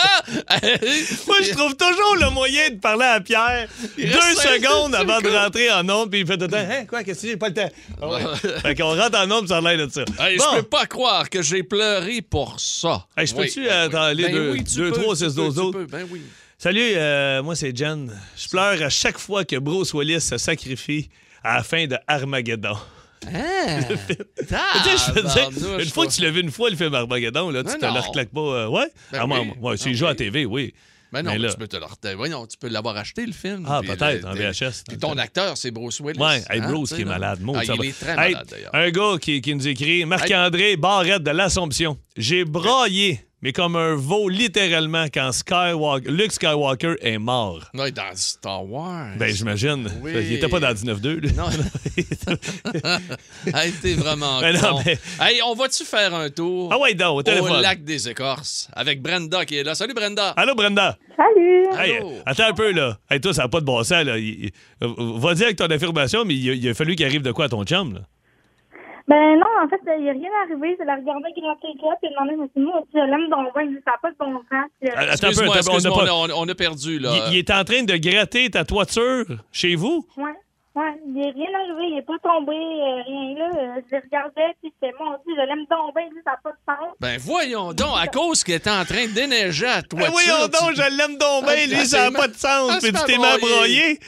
S1: Moi, je trouve toujours le moyen de parler à Pierre deux
S2: reste cinq
S1: secondes
S2: minutes,
S1: avant de
S2: c'est
S1: rentrer en nombre, puis il fait tout le temps Hein, quoi, qu'est-ce que j'ai pas le temps? Ah ouais. fait qu'on rentre en nombre, ça a l'air de ça.
S2: Hey,
S1: Bon.
S2: Je peux pas croire que j'ai pleuré pour ça.
S1: Hey, je
S2: Oui,
S1: peux-tu,
S2: ben
S1: euh,
S2: oui.
S1: dans les
S2: Ben
S1: deux-
S2: oui, tu
S1: deux,
S2: peux,
S1: trois,
S2: tu
S1: six,
S2: peux,
S1: douze
S2: tu
S1: autres?
S2: peux, Ben oui.
S1: Salut, euh, moi c'est Jen. Je pleure à chaque fois que Bruce Willis se sacrifie à la fin de Armageddon.
S2: Ah,
S1: Tu sais, je veux
S2: bah,
S1: dire, une fois que tu l'as vu une fois le film Armageddon, là, tu
S2: Non,
S1: te le
S2: non.
S1: reclaques pas. euh, ouais?
S2: Ben
S1: ah, moi,
S2: oui.
S1: moi, s'il
S2: Ah
S1: joue à
S2: oui.
S1: TV, oui.
S2: Mais Ben non,
S1: Mais
S2: mais
S1: là-
S2: tu peux te le retar- Voyons, tu peux l'avoir acheté le film.
S1: Ah,
S2: puis le-
S1: peut-être, en
S2: le-
S1: VHS.
S2: Puis ton acteur, c'est Bruce Willis.
S1: Ouais, hey,
S2: hein,
S1: Bruce
S2: tu
S1: qui
S2: sais,
S1: est
S2: là.
S1: malade. maudit,
S2: Ah,
S1: ça
S2: il
S1: va.
S2: est très
S1: Hey,
S2: malade d'ailleurs.
S1: Un gars qui, qui nous écrit Marc-André Barrette de l'Assomption. J'ai braillé, mais comme un veau littéralement quand Skywalker, Luke Skywalker est mort.
S2: Non, il est dans Star Wars.
S1: Ben, j'imagine.
S2: Oui.
S1: Il était pas dans 19-2. lui.
S2: Non. hey, t'es vraiment
S1: Ben non,
S2: con.
S1: mais-
S2: Hey, on va-tu faire un tour
S1: ah ouais, donc, au téléphone.
S2: au lac des Écorces avec Brenda qui est là. Salut Brenda.
S1: Allô, Brenda?
S7: Salut!
S1: Hey,
S2: Allô?
S1: euh, attends un peu, là. Hey, toi, ça n'a pas de bon sens, là. Il- il- euh, va dire avec ton affirmation, mais il a, il a fallu qu'il arrive de quoi à ton chum, là?
S7: Ben non, en fait, il n'y a rien arrivé. Je la regardais grimper les clubs et demandais, mais c'est moi aussi, je l'aime donc bien, ça n'a pas de bon sens. Puis, euh,
S1: Attends un peu,
S2: Excuse-moi,
S1: attends un peu,
S2: excuse-moi,
S1: on
S2: on,
S1: a pas-
S2: a- on a perdu là.
S1: Il, il est en train de gratter ta toiture chez vous?
S7: ouais, ouais, il n'y a rien arrivé, il n'est pas tombé, euh, rien là. Euh, Je le regardais, puis c'est moi aussi, je l'aime donc bien, ça n'a pas de sens.
S2: Ben voyons donc, à cause qu'il était en train de déneiger à toi.
S1: Oui, Eh Ben, voyons donc, je l'aime donc bien,
S2: Ah,
S1: lui, ça n'a
S2: c'est
S1: pas de sens. Puis
S2: ah, c'est
S1: tu
S2: pas
S1: t'es mis à
S2: broyer.
S1: broyer.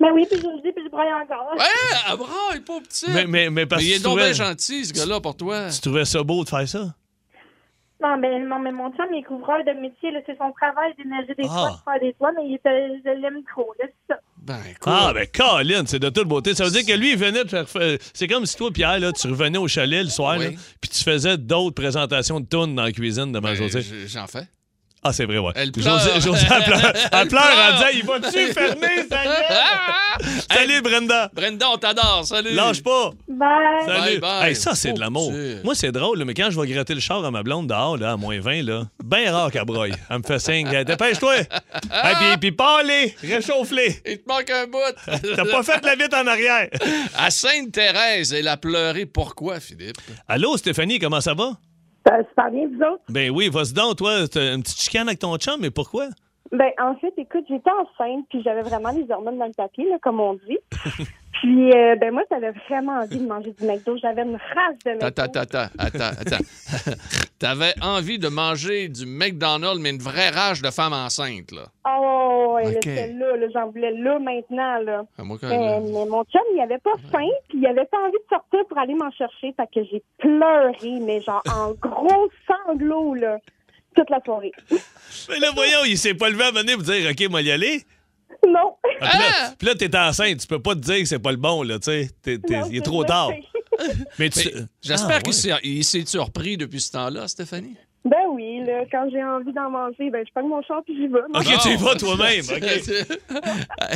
S7: Ben oui, puis je me dis, puis je broye encore.
S2: Ouais, ah, braille, pauvre petit.
S1: Mais, mais, mais parce
S2: Mais il
S1: que
S2: est
S1: tu
S2: donc bien
S1: trouvais,
S2: gentil, ce gars-là, pour toi.
S1: tu trouvais ça beau de faire ça?
S7: Non, mais, non, mais mon chum, il est couvreur de métier, là, c'est son travail d'énergie des
S1: Ah.
S7: toits, de faire des toits, mais il était- je l'aime trop, là, c'est ça.
S2: Ben, écoute.
S1: Ah, ben, Colin, c'est de toute beauté. Ça veut dire que lui, il venait de faire. euh, C'est comme si toi, Pierre, là, tu revenais au chalet le soir,
S2: Oui.
S1: là, puis tu faisais d'autres présentations de tunes dans la cuisine de ma
S2: ben,
S1: Josée.
S2: j- J'en fais.
S1: Ah, c'est vrai, ouais.
S2: Elle pleure.
S1: José, José, elle pleure, elle
S2: Elle
S1: pleure en
S2: pleure.
S1: disant, il va-tu fermer sa gueule?
S2: Ah!
S1: Salut, Brenda.
S2: Brenda, on t'adore. Salut.
S1: Lâche pas.
S7: Bye!
S1: Salut.
S2: Bye, bye.
S1: Hey, ça, c'est de l'amour.
S2: Oh, Dieu.
S1: Moi, c'est drôle, là, mais quand je vais gratter le char à ma blonde dehors, là, à moins 20, là, ben rare qu'elle broille. Elle me fait signe. elle, Dépêche-toi. hey, puis, puis parlez. Réchauffe-les.
S2: Il te manque un bout.
S1: T'as pas fait la vite en arrière.
S2: À Sainte-Thérèse, elle a pleuré. Pourquoi, Philippe?
S1: Allô, Stéphanie, comment ça va?
S8: Ça super bien, vous autres?
S1: Ben oui, vas-y donc, toi, t'as une petite chicane avec ton chum, mais pourquoi?
S8: Ben, en fait, écoute, j'étais enceinte, puis j'avais vraiment les hormones dans le papier, là, comme on dit. puis, euh, ben, moi, j'avais vraiment envie de manger du McDo. J'avais une race de McDo.
S2: Attends, attends, attends, attends, attends. T'avais envie de manger du McDonald's, mais une vraie rage de femme enceinte, là.
S8: Oh, ouais, là,
S2: Ok.
S8: c'était là, là, j'en voulais là, maintenant, là.
S2: Ah, Moi, quand
S8: Mais, mais mon chum, il avait pas faim, puis il avait pas envie de sortir pour aller m'en chercher. Fait que j'ai pleuré, mais genre en gros sanglots, là, toute la soirée.
S1: Mais Ben là, voyons, il s'est pas levé à mener pour dire, OK, moi, y aller.
S8: non.
S1: Ah, puis là-
S2: Ah!
S1: puis là, t'es enceinte, tu peux pas te dire que c'est pas le bon, là, tu sais. T'es- t'es-
S8: Non,
S1: Il est
S8: c'est
S1: trop
S8: ça.
S1: tard. Mais tu-
S2: Mais J'espère
S1: Ah,
S2: qu'il
S1: ouais.
S2: s'est- il s'est-tu repris depuis ce temps-là, Stéphanie?
S8: Ben oui, là, quand j'ai envie d'en manger, ben, je prends mon char, puis j'y vais.
S1: OK, tu y vas toi-même. OK.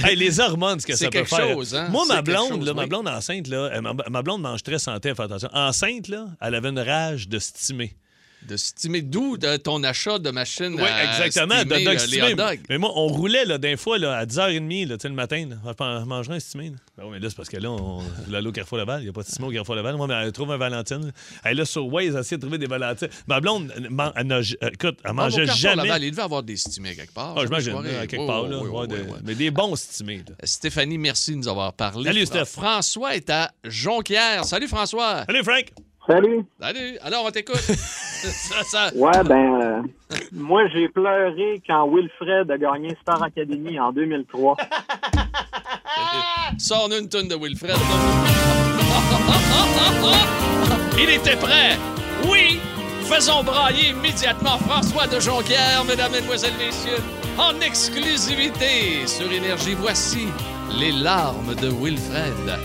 S1: Hey, les hormones, ce que
S2: C'est
S1: ça peut
S2: quelque
S1: faire.
S2: chose, hein?
S1: Moi,
S2: C'est
S1: ma blonde,
S2: quelque chose,
S1: là,
S2: oui.
S1: ma blonde enceinte, là, elle- ma, ma blonde mange très santé, fais attention. Enceinte, là, elle avait une rage de stimer.
S2: De stimer d'où de ton achat de machine
S1: Oui,
S2: à
S1: exactement,
S2: stimer,
S1: de dog
S2: là, les
S1: stimer.
S2: hot dogs.
S1: Mais moi, on roulait, là, des fois, là, à 10h30, là, tu sais, le matin, là, on pan- mangerait un stimé. là. Ben oui, mais là, c'est parce que là, on là, au Carrefour Laval, il n'y a pas de stimé au Carrefour Laval. Moi, mais elle trouve un Valentine. là. Elle, là, sur Waze, elle essaie de trouver des Valentines. Ma blonde, elle man- elle n'a j- euh, écoute, elle
S2: Ah, mon
S1: mangeait
S2: Carrefour
S1: jamais.
S2: Laval, il devait avoir des stimés quelque part.
S1: Ah, j'imagine,
S2: soirée.
S1: là, à quelque
S2: Oui,
S1: part,
S2: oui,
S1: là.
S2: oui,
S1: ouais,
S2: oui,
S1: de-
S2: oui.
S1: Mais des bons stimés, là.
S2: Stéphanie, merci de nous avoir parlé.
S1: Salut, Steph.
S2: François est à Jonquière. Salut, François.
S1: Allez, Frank!
S4: Salut!
S2: Salut. Alors, on t'écoute. Ça, ça-
S4: Ouais, ben, euh, moi, j'ai pleuré quand Wilfred a gagné Star Academy en 2003.
S2: Sors une tonne de Wilfred. Il était prêt. Oui, faisons brailler immédiatement François de Jonquière, mesdames, mesdemoiselles, messieurs, en exclusivité sur Énergie. Voici les larmes de Wilfred.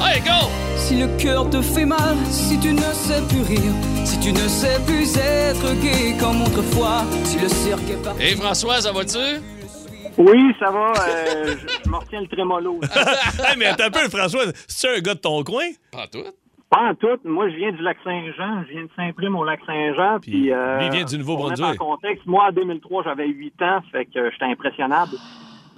S2: Allez, go!
S9: Si le cœur te fait mal, si tu ne sais plus rire, si tu ne sais plus être gay comme autrefois, si le cirque est parti.
S2: Et François, ça va-tu?
S4: Oui, ça va. euh, je je m'en retiens le trémolo.
S1: Hey, mais attends un peu, François, c'est un gars de ton coin?
S2: Pas en tout.
S4: Pas en tout. Moi, je viens du lac Saint-Jean. Je viens de Saint-Prime au lac Saint-Jean. Puis,
S1: Puis,
S4: euh,
S1: lui, il vient du Nouveau-Brunswick.
S4: pour mettre en contexte, moi, en 2003, j'avais 8 ans. Fait que euh, j'étais impressionnable.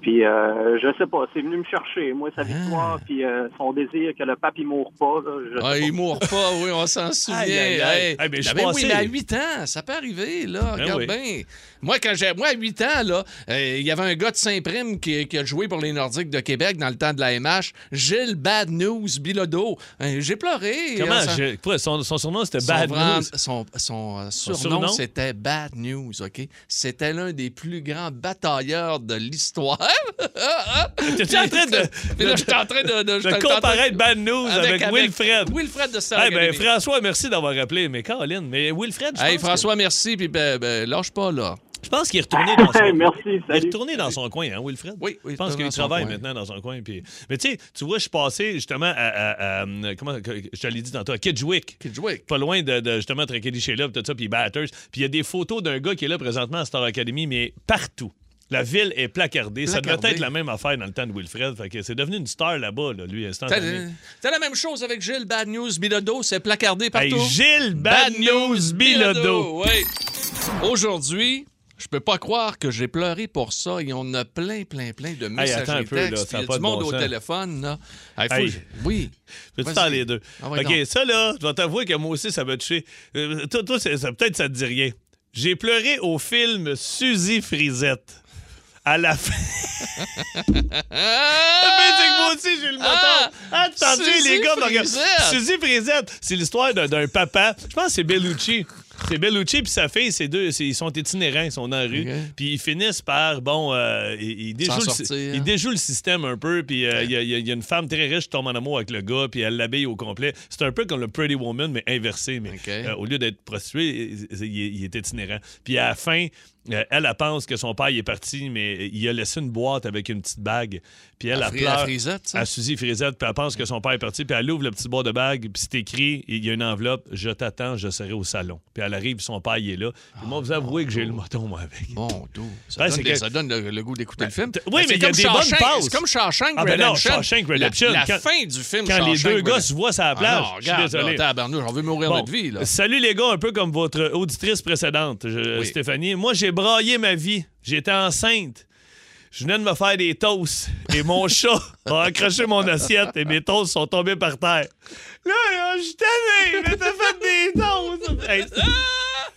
S4: Puis, euh, je sais pas, c'est venu me chercher. Moi,
S1: Ah.
S4: sa victoire, puis euh, son désir que le pape, il mourre pas. là, je sais
S2: Ah,
S4: pas.
S2: il mourra pas, oui, on s'en souvient.
S1: Aïe, aïe, aïe.
S2: Hey.
S1: Eh ben, je
S2: Ah,
S1: suis
S2: ben oui,
S1: passé.
S2: mais à 8 ans, ça peut arriver, là.
S1: Ben
S2: regarde
S1: oui.
S2: bien. Moi, quand j'ai, moi, à 8 ans, là, euh, il y avait un gars de Saint-Prime qui, qui a joué pour les Nordiques de Québec dans le temps de la MH, Gilles Bad News Bilodeau. Euh, j'ai pleuré.
S1: Comment?
S2: On s'en-
S1: je- pourquoi son, son surnom, c'était
S2: son
S1: Bad
S2: vra-
S1: News.
S2: Son, son, euh,
S1: Son
S2: surnom,
S1: surnom?
S2: c'était Bad News, OK? C'était l'un des plus grands batailleurs de l'histoire.
S1: T'es-tu en train de,
S2: Mais là, je suis en train de... de-
S1: de
S2: je suis en train-
S1: comparer Bad News avec, Wilfred?
S2: Wilfred de Star
S1: Eh ben,
S2: Academy.
S1: François, merci d'avoir rappelé. Mais Caroline, mais Wilfred, je
S2: Hey
S1: pense
S2: François, merci, puis ben, ben, lâche pas là.
S1: que- je pense qu'il est retourné dans son
S4: Merci,
S1: coin. Il est
S4: salut.
S1: retourné dans son coin, hein, Wilfred?
S2: Oui, oui,
S1: Je pense
S2: retourné
S1: qu'il
S2: dans son
S1: travaille
S2: coin.
S1: maintenant dans son coin. Puis... Mais tu sais, tu vois, je suis passé justement à, à- à- euh, comment, que- je te l'ai dit tantôt, à Kedgewick.
S2: Kidjwick.
S1: Pas loin de, de, justement Trakeli chez là, puis tout ça, puis Batters. Puis il y a des photos d'un gars qui est là présentement à Star Academy, mais partout. La ville est placardée. Ça
S2: Placardée.
S1: devait être la même affaire dans le temps de Wilfred. Fait que c'est devenu une star là-bas, là, lui,
S2: T'as
S1: instantanément.
S2: t'as la même chose avec Gilles Bad News Bilodeau, c'est placardé partout.
S1: Hey, Gilles Bad, News Bilodeau.
S2: oui. Aujourd'hui, je peux pas croire que j'ai pleuré pour ça et on a plein, plein, plein de messages
S1: attends un
S2: et
S1: peu,
S2: textes.
S1: là, ça
S2: puis il y
S1: a pas
S2: a du
S1: de
S2: monde
S1: bon
S2: au
S1: sens.
S2: téléphone. Là. Hey, faut
S1: Hey.
S2: que je- Oui.
S1: Peux-tu
S2: Vas-y.
S1: faire les deux?
S2: Ah ouais,
S1: OK,
S2: donc.
S1: ça, là, je vais t'avouer que moi aussi, ça m'a touché. Euh, toi, toi, c'est- ça, peut-être ça te dit rien. J'ai pleuré au film Suzy Frisette. À la fin. Mais c'est que moi aussi, j'ai le
S2: Ah!
S1: moteur. Attendez,
S2: Suzy
S1: les gars, me regardent.
S2: Frisette!
S1: Suzy Frisette, c'est l'histoire d'un- d'un papa. Je pense que c'est Bellucci. C'est Bellucci puis sa fille, ces deux, c'est- ils sont itinérants, ils sont dans la rue.
S2: Ok.
S1: Puis ils finissent par, bon, euh, ils, ils
S2: S'en
S1: déjouent le-
S2: sortir.
S1: ils déjoue le système un peu, puis euh, il y, a- il y a- il y a une femme très riche qui tombe en amour avec le gars, puis elle l'habille au complet. C'est un peu comme le Pretty Woman, mais inversé. Mais
S2: OK.
S1: euh, au lieu d'être prostitué, il, il- il est itinérant. Puis à la fin, euh, elle, elle pense que son père il est parti, mais il a laissé une boîte avec une petite bague. Puis elle,
S2: À
S1: elle
S2: Fri- à
S1: pleure
S2: Frisette, ça?
S1: à Suzy Frisette, puis elle pense que son père est parti, puis elle ouvre le petit bois de bague, puis c'est écrit, il y a une enveloppe, je t'attends, je serai au salon. Puis elle arrive, son père, il est là. Puis
S2: Ah
S1: moi, vous avouez que j'ai eu le moton, moi, avec.
S2: Bon, tout. Ça,
S1: Ouais,
S2: donne,
S1: Ben, c'est
S2: des-
S1: que-
S2: ça donne le, le goût d'écouter le film.
S1: t- oui,
S2: Ben,
S1: mais
S2: c'est
S1: il y a
S2: comme
S1: des bonnes
S2: Shawshank-
S1: passes.
S2: C'est comme Shawshank
S1: Ah, ben non,
S2: Redemption.
S1: Shawshank Redemption,
S2: La, la
S1: quand-
S2: fin du film
S1: Quand les
S2: Shawshank
S1: deux gars
S2: Redemption.
S1: se voient sur la plage,
S2: Ah non,
S1: je suis
S2: regarde,
S1: désolé.
S2: là, tabarnouche, on veut mourir
S1: Bon,
S2: notre vie, là.
S1: Salut les gars, un peu comme votre auditrice précédente, je-
S2: Oui.
S1: Stéphanie. Moi, j'ai braillé ma vie. J'étais enceinte. Je venais de me faire des toasts et mon chat a accroché mon assiette et mes toasts sont tombés par terre. Là, là, je suis tanné, mais t'as fait des toasts. Hey, c'est-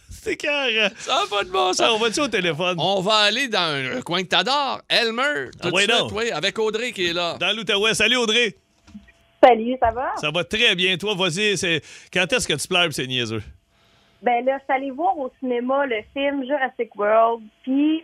S1: c'est carré.
S2: Ça n'a pas de bon
S1: Ça,
S2: sens.
S1: on va-tu au téléphone?
S2: On va aller dans un coin que t'adores, Elmer, tout
S1: Ah
S2: de
S1: ouais,
S2: suite,
S1: donc.
S2: oui, avec Audrey qui est là.
S1: Dans l'Outaouais. Salut Audrey.
S8: Salut, ça va?
S1: Ça va très bien. Toi, vas-y, c'est... quand est-ce que tu pleures pis c'est niaiseux?
S8: Ben là, je suis allée voir au cinéma le film Jurassic World, puis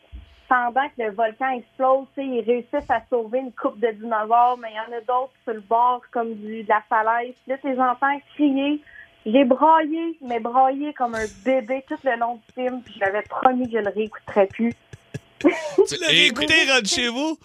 S8: pendant que le volcan explose, tu sais, ils réussissent à sauver une coupe de dinosaures, mais il y en a d'autres sur le bord, comme du, de la falaise. Puis là, tu les entends crier. J'ai braillé, mais braillé comme un bébé tout le long du film, puis je l'avais promis que je ne réécouterais plus.
S1: Tu l'as écouté, rentre chez vous?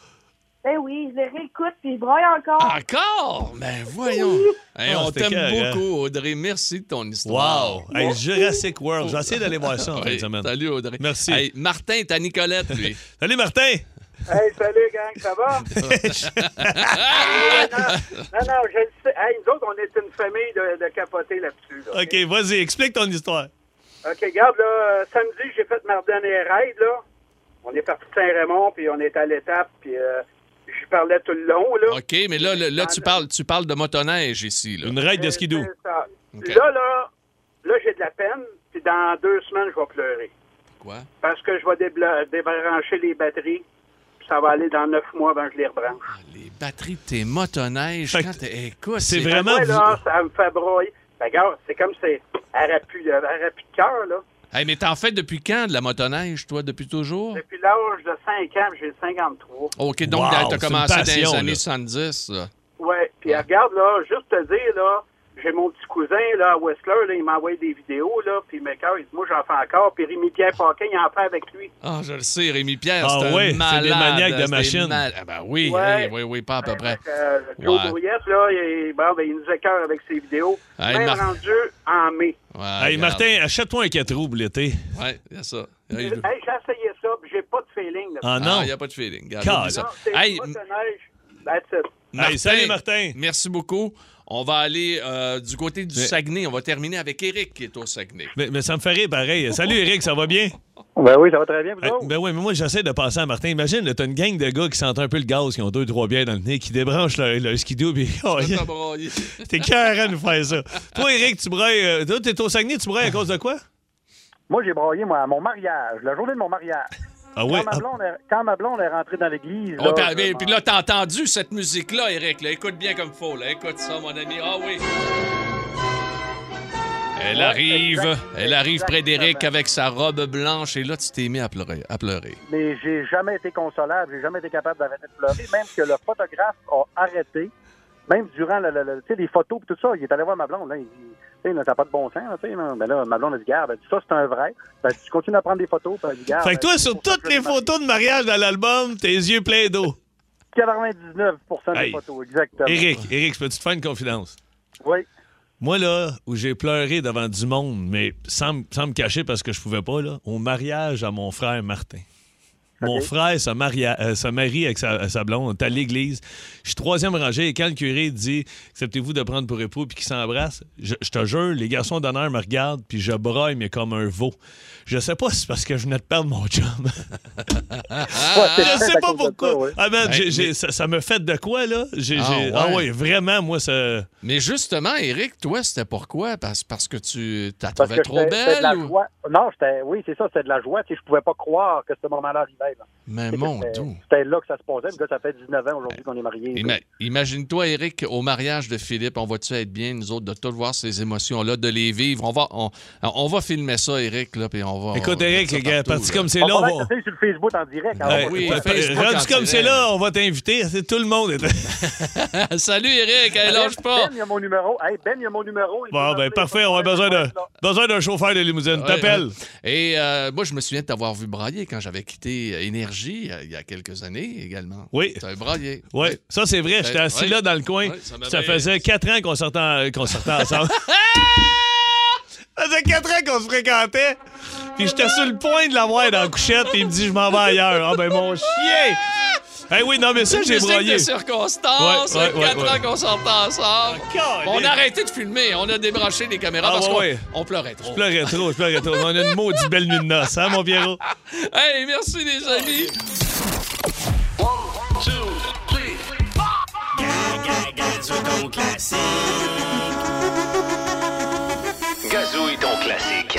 S8: Ben oui, je le réécoute, puis je braille encore.
S2: Ah, Encore? Ben voyons. Hey,
S1: Ah,
S2: on
S1: c'était
S2: t'aime
S1: carré.
S2: beaucoup, Audrey. Merci de ton histoire.
S1: Wow! Hey, Jurassic World. J'ai essayé d'aller voir ça en fin de
S2: Oui,
S1: semaine.
S2: salut, Audrey.
S1: Merci.
S2: Hey, Martin, t'as Nicolette, lui.
S1: Salut Martin!
S4: Hey, salut, gang, ça va? non, non, je le sais. Hey, nous autres, on est une famille de, de capotés là-dessus. là,
S1: OK, vas-y, explique ton histoire.
S4: OK, regarde, là, euh, samedi, j'ai fait ma dernière raid, là. On est parti de Saint-Raymond, puis on est à l'étape, puis euh, je parlais tout le long, là.
S2: OK, mais là, là, là, tu, parles, tu parles de motoneige ici. Là.
S1: Une raide de skidoo.
S4: C'est ça.
S2: OK.
S4: Là, là, là, j'ai de la peine, puis dans deux semaines, je vais pleurer.
S2: Quoi?
S4: Parce que je vais débla- débrancher les batteries, puis ça va aller dans neuf mois avant que je les rebranche.
S2: Ah, les batteries de tes motoneiges,
S1: Fait que
S2: quand t'es- eh, écoute,
S1: c'est vraiment-
S4: Moi, là,
S1: vous-
S4: ça me fait broyer. Ben, Regarde, c'est comme c'est elle aurait pu- elle aurait pu de cœur, là.
S2: Hey, mais t'en fais depuis quand de la motoneige, toi? Depuis toujours?
S4: Depuis l'âge de 5 ans, j'ai 53.
S2: OK, donc
S1: Wow,
S2: t'as
S1: c'est
S2: commencé
S1: une
S2: dans
S1: passion,
S2: les
S1: là.
S2: années 70. là.
S4: Ouais, puis regarde, là, juste te dire, là, j'ai mon petit cousin, là, à Whistler, là, il m'a envoyé des vidéos, là, puis mes cœurs, il dit, moi, j'en fais encore, puis Rémi-Pierre Paquin, il en fait avec lui.
S2: Ah, je le sais, Rémi Pierre,
S1: Ah
S2: c'est un
S1: ouais, c'est des
S2: malade.
S1: maniaques de
S2: c'est
S1: machines.
S2: mal- Ah ben oui,
S4: Ouais.
S2: hey, oui, oui, pas à peu près.
S4: Fait que, euh, Claude
S2: Ouais.
S4: Ouellette, là, il, bon, ben, il nous écœure avec ses vidéos.
S2: Hey,
S4: même
S2: Mar-
S4: rendu en mai.
S2: Ouais,
S1: hey,
S2: regarde.
S1: Martin, achète-toi un 4 roues pour l'été.
S2: Ouais, il y a ça.
S4: Hey,
S2: Hey,
S4: j'ai essayé ça, puis
S10: j'ai pas de feeling.
S1: Ah
S2: Il
S1: non?
S2: n'y a pas de feeling. Regarde,
S1: Calme.
S2: oublie ça.
S10: Non, c'est
S2: Hey,
S10: pas de neige. That's it.
S1: Hey, salut, Martin.
S2: Merci beaucoup. On va aller euh, du côté du Saguenay. On va terminer avec Eric qui est au Saguenay.
S1: Mais, mais ça me ferait pareil. Salut, Eric, ça va bien?
S10: Ben oui, ça va très bien, vous
S1: Eh,
S10: autres?
S1: Ben oui, mais moi, j'essaie de passer à Martin. Imagine, là, t'as une gang de gars qui sentent un peu le gaz, qui ont deux, trois bières dans le nez, qui débranchent leur, leur skidoo, puis oh, yeah.
S2: Ça t'a braillé.
S1: t'es cœur de faire ça. Toi, Eric, tu brailles. euh, toi, t'es au Saguenay, tu brailles à cause de quoi?
S10: Moi, j'ai braillé, moi, à mon mariage, la journée de mon mariage.
S1: Ah ouais?
S10: quand, ma
S1: ah,
S10: blonde est, quand ma blonde est rentrée dans l'église.
S2: Oh,
S10: là,
S2: puis,
S10: je-
S2: mais- puis là, t'as entendu cette musique-là, Eric. là. Écoute bien comme faut. Là. Écoute ça, mon ami. Ah oui. Elle arrive.
S10: exact-
S2: Elle arrive près d'Eric
S10: exactement.
S2: avec sa robe blanche. Et là, tu t'es mis à pleurer. À pleurer.
S10: Mais j'ai jamais été consolable, j'ai jamais été capable d'arrêter de pleurer, même que le photographe a arrêté, même durant le, le- le- tu sais, les photos et tout ça, il est allé voir ma blonde, là, il, tu sais, là, t'as pas de bon sens, là, tu sais, là. ben là, ma blonde a dit, garde, ben, ça c'est un vrai, ben, tu continues à prendre des photos, ben, elle dit, garde.
S1: Fait que toi,
S10: ben,
S1: sur
S10: c'est pour ça
S1: toutes
S10: que je
S1: les
S10: me marie.
S1: photos de mariage dans l'album, tes yeux pleins d'eau.
S10: 99%
S1: Hey.
S10: des photos, exactement.
S1: Eric, Eric, je peux-tu te faire une confidence?
S10: Oui.
S1: Moi, là, où j'ai pleuré devant du monde, mais sans, m- sans me cacher parce que je pouvais pas, là, au mariage à mon frère Martin. Mon frère se marie, à- euh, se marie avec sa, sa blonde, on est à l'église. Je suis troisième rangée et quand le curé dit Acceptez-vous de prendre pour époux puis qu'ils s'embrassent, je, je te jure, les garçons d'honneur me regardent puis je broille, mais comme un veau. Je sais pas si c'est parce que je venais de perdre mon chum.
S10: Ouais,
S2: Ah,
S10: c'est
S1: je
S10: peut-être
S1: sais
S10: à
S1: pas
S10: cause de
S1: pourquoi.
S10: ça, ouais.
S1: Ah, man,
S2: Hey,
S1: j'ai- j'ai-
S2: Ben, mais-
S1: ça, ça me fait de quoi, là J'ai-
S2: Ah,
S1: j'ai- ah
S2: ouais.
S1: ouais, vraiment, moi, ça.
S2: Mais justement, Eric, toi, c'était pourquoi? Parce, parce que tu t'as
S10: Parce
S2: trouvé
S10: que
S2: trop
S10: c'était c'était de la
S2: belle? ou-
S10: joie. Non, j'étais, oui, c'est ça, c'était de la joie. Tu sais, je pouvais pas croire que ce moment-là arrivait. là.
S2: Mais
S10: C'était-
S2: mon
S10: c'était-
S2: doux.
S10: C'était là que ça se passait, parce que ça fait 19 ans aujourd'hui qu'on est mariés.
S2: Ima- Imagine-toi, Eric, au mariage de Philippe, on va-tu être bien, nous autres, de tout voir ces émotions-là, de les vivre? On va, on, on va filmer ça, Eric, là, puis on va.
S1: Écoute,
S2: on va
S1: Eric,
S2: mettre ça
S1: gars,
S2: partout,
S1: parti
S2: là.
S1: comme c'est
S10: On
S1: là, on
S10: va
S1: va.
S10: être sur le Facebook en direct. hein. alors,
S2: Ouais,
S10: on va-
S2: oui,
S1: Ouais,
S2: Facebook
S1: rendu
S2: en
S1: comme
S2: direct.
S1: c'est là, on va t'inviter. C'est tout le monde. est-
S2: Salut, Eric, elle
S10: Ben,
S2: lâche pas.
S10: Ben, il y a mon numéro. Hey, ben, il y a mon numéro. Il peut
S1: Bon, ben
S10: m'appeler.
S1: parfait, on a besoin d'un besoin d'un chauffeur de limousine.
S2: Ouais,
S1: T'appelles.
S2: Et euh, moi, je me souviens de t'avoir vu brailler quand j'avais quitté euh, Énergie euh, il y a quelques années également.
S1: Oui.
S2: T'avais braillé.
S1: Oui, ça c'est vrai, j'étais assis
S2: ouais.
S1: là dans le coin.
S2: Ouais, ça m'avait-
S1: ça faisait quatre ans qu'on sortait, en- qu'on sortait ensemble. ça faisait quatre ans qu'on se fréquentait. Puis j'étais sur le point de l'avoir dans la couchette, puis il me dit je m'en vais ailleurs. Ah ben mon chien! Eh oui, non mais ça j'ai
S2: Musique
S1: broyé.
S2: de circonstances,
S1: Ouais, ouais, ouais,
S2: quatre
S1: ouais.
S2: ans qu'on sortait ensemble. On a arrêté de filmer, on a débranché les caméras
S1: Ah,
S2: parce
S1: ouais,
S2: qu'on
S1: ouais.
S2: on pleurait trop.
S1: Je pleurais trop, je pleurais trop. On a une maudite belle nuit de noces, hein mon Pierrot?
S2: Hey, merci les
S1: Ah,
S2: amis.
S6: Gazouille ton classique.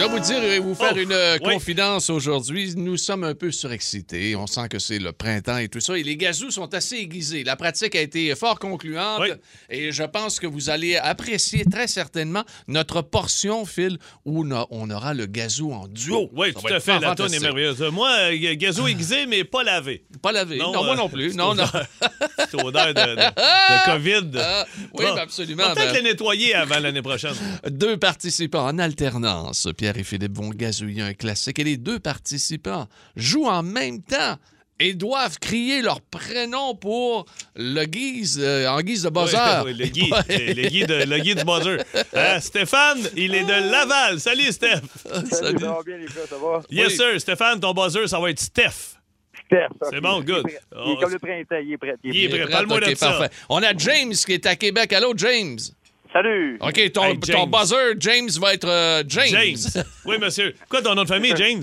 S2: De vous dire et vous faire
S1: Oh,
S2: une euh,
S1: oui.
S2: confidence aujourd'hui, nous sommes un peu surexcités. On sent que c'est le printemps et tout ça. Et les gazous sont assez aiguisés. La pratique a été fort concluante.
S1: Oui.
S2: Et je pense que vous allez apprécier très certainement notre portion, Phil, où no- on aura le gazou en duo.
S1: Oui,
S2: Ça
S1: tout
S2: va
S1: à
S2: être
S1: fait, la tonne est
S2: fantastique.
S1: merveilleuse. Moi, euh, gazou aiguisé, mais pas lavé.
S2: Pas lavé. Non,
S1: Non,
S2: moi
S1: euh,
S2: non plus.
S1: c'est
S2: Non, non.
S1: C'est odeur de, de, de COVID.
S2: Ah, oui,
S1: Bon.
S2: ben absolument.
S1: On va peut-être
S2: ben-
S1: les nettoyer avant l'année prochaine.
S2: Deux participants en alternance. Pierre et Philippe vont gazouiller un classique et les deux participants jouent en même temps et doivent crier leur prénom pour le guise, euh, en guise de buzzer.
S1: Oui, oui, le Guy, le Guy de- le Guy du buzzer. Euh, Stéphane, il
S2: Ah!
S1: est de Laval. Salut, Steph.
S10: Salut, Ça va bien, les gars, ça va?
S1: Yes,
S2: Oui.
S1: sir. Stéphane, ton buzzer, ça va être Steph.
S10: Steph,
S1: C'est
S10: ok.
S1: bon, good.
S10: Il est, il est comme le printemps, il est prêt. il est
S1: Il est
S10: prêt.
S1: prêt. Parle-moi
S2: Ok,
S1: de ça.
S2: parfait. On a James qui est à Québec. Allô, James?
S10: Salut!
S2: OK, ton,
S1: Hey,
S2: ton
S1: James.
S2: buzzer, James, va être euh, James.
S1: James. Oui, monsieur. Quoi ton nom de famille, James?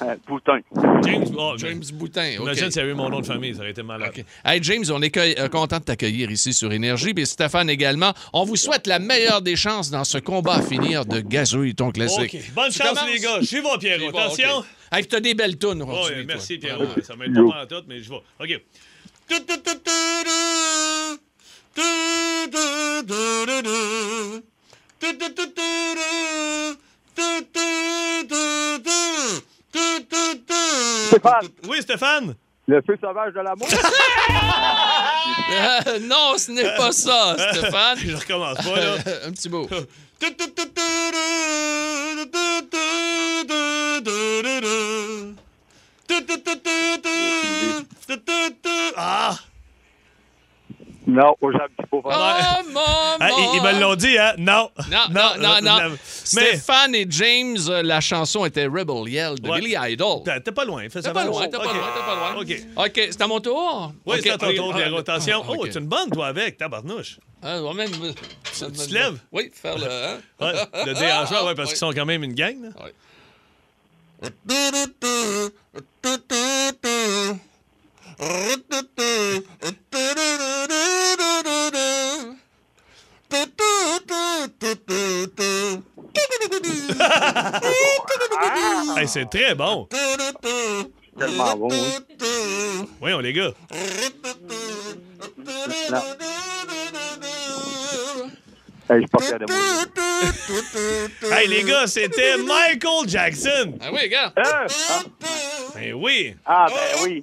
S10: Euh, Boutin.
S1: James. Oh,
S2: James Boutin. OK.
S1: Imagine s'il y avait mon nom de famille, ça aurait été malade.
S2: OK. Hey James, on est co- euh, content de t'accueillir ici sur Énergie, puis Stéphane également. On vous souhaite la meilleure des chances dans ce combat à finir de gazouille ton classique.
S1: OK. Bonne
S2: Tu
S1: chance,
S2: commences?
S1: les gars. J'y vais, Pierrot.
S2: C'est bon,
S1: Attention.
S2: OK. Hey, puis t'as des belles tunes
S1: Oh,
S2: aujourd'hui.
S1: euh,
S2: toi.
S1: merci, Pierrot.
S2: Vraiment.
S1: Ça m'aide pas en tout, mais je vais. OK.
S10: Stéphane,
S1: Oui, Stéphane.
S10: le feu sauvage de l'amour.
S2: Euh, non, ce n'est pas ça, Stéphane.
S1: Je recommence pas, là.
S2: Euh, Un petit mot.
S1: Ah!
S10: non, j'aime petit beau
S2: Oh, mon,
S1: Ah,
S2: Oh, mon,
S1: ils me l'ont dit, hein? Non.
S2: Non, non, non, non.
S1: la- Mais
S2: Stéphane et James, euh, la chanson était Rebel Yell de
S1: Ouais.
S2: Billy Idol.
S1: t'es pas loin. Fais
S2: T'es
S1: ça
S2: pas
S1: mal.
S2: loin, t'es pas
S1: OK.
S2: loin, t'es pas loin.
S1: OK.
S2: OK, c'est à mon tour?
S1: Oui,
S2: OK,
S1: c'est à ton
S2: oui,
S1: tour,
S2: ah,
S1: Pierrot. Attention.
S2: ah,
S1: Oh,
S2: OK.
S1: tu une bonne, toi, avec, tabarnouche.
S2: Ah, ouais, même, euh, ça
S1: Tu
S2: me-
S1: te lèves?
S2: Oui, faire le... hein?
S1: Ouais, le dérangeur, ouais, parce qu'ils sont quand même une gang. là. Hey, c'est très bon.
S4: Tellement bon, hein.
S1: Voyons, les gars.
S4: Non. Hey, je suis pas fier de moi.
S1: Hey, les gars, c'était Michael Jackson.
S2: Ah oui, regarde.
S4: Hein?
S1: Ben oui.
S4: Ah, ben oui.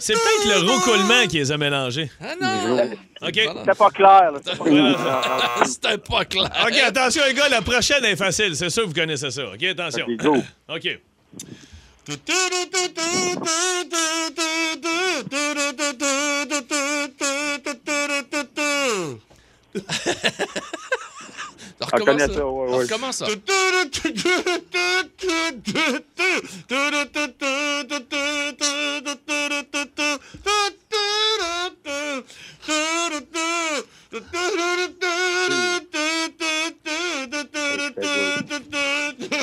S1: C'est peut-être le roucoulement qui les a mélangés.
S2: Ah non!
S1: OK.
S4: C'était pas clair, là. C'était pas
S1: Voilà.
S4: clair.
S2: C'était Ah, pas clair.
S1: OK, attention, les gars, la prochaine est facile. C'est sûr que vous connaissez ça. OK, attention.
S4: Let's go.
S1: OK.
S2: On
S4: On connaît
S2: recommence
S4: ça,
S2: ça.
S4: ouais,
S2: On
S4: ouais.
S2: recommence ça.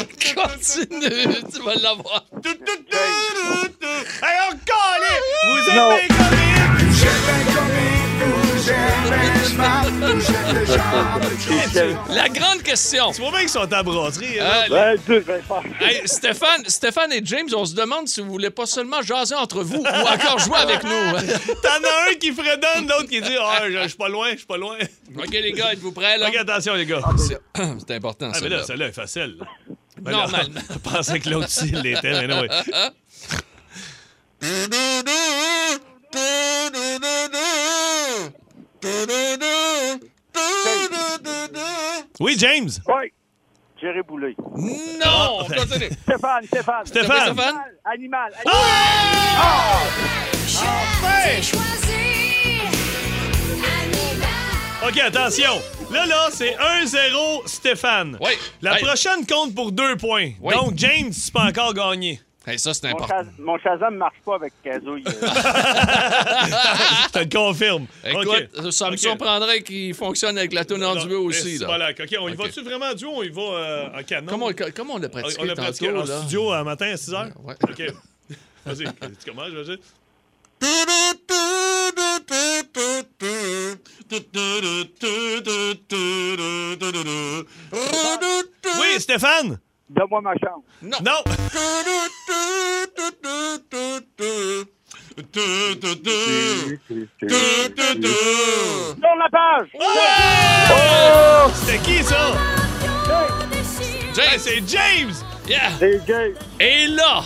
S2: Continue, tu vas l'avoir.
S1: Hey, on calait! Vous êtes
S4: Ah, Non.
S1: bien comiques!
S2: La grande question.
S1: Tu vois bien qu'ils sont à brasserie. hein?
S2: Euh,
S4: Ben, Dieu, je vais le faire.
S2: Hey, Stéphane, Stéphane et James, on se demande si vous voulez pas seulement jaser entre vous ou encore jouer avec nous. hein?
S1: T'en as un qui fredonne, l'autre qui dit Ah, je je suis pas loin, je suis pas loin.
S2: OK, les gars, êtes-vous prêts, là?
S1: OK, attention, les gars.
S4: Ah,
S2: C'est c'est important,
S1: Ah,
S2: ça.
S1: mais là, celle-là est facile. là. Ben là,
S2: Normalement.
S1: Je pensais que l'autre aussi l'était, mais non, ouais. Oui, James.
S4: Ouais. Jerry Boulay.
S2: Non! on continue.
S4: Stéphane, Stéphane.
S1: Stéphane. Ah!
S2: Stéphane?
S4: Animal. animal. Ah!
S1: OK, attention. Là, là, c'est 1-0 Stéphane.
S2: Oui.
S1: La
S2: Hey.
S1: prochaine compte pour deux points.
S2: Oui.
S1: Donc, James, tu peux encore gagner.
S2: Hey, ça, c'est
S4: Mon,
S2: important.
S4: Shaz- mon Shazam marche pas avec Kazouille.
S1: Je te le confirme.
S2: Ah, Écoute,
S1: OK.
S2: ça me
S1: OK.
S2: surprendrait qu'il fonctionne avec la toune en
S1: Non,
S2: duo aussi.
S1: laisse
S2: Là.
S1: Balak. OK, on y
S2: OK.
S1: va-tu vraiment en duo ou on y va euh, en canon?
S2: Comment, on- comment on l'a
S1: On-
S2: pratiqué
S1: on l'a pratiqué
S2: tantôt,
S1: en
S2: là?
S1: studio un matin à 6 h?
S2: Ouais.
S1: OK. Vas-y, tu commences, vas-y. Oui, Stéphane!
S4: Donne-moi ma chance.
S1: Non!
S4: Tourne la page.
S1: Oh! C'était qui ça? Hey,
S2: James,
S1: Ben, c'est James!
S2: yeah.
S4: Les gays.
S2: Et là,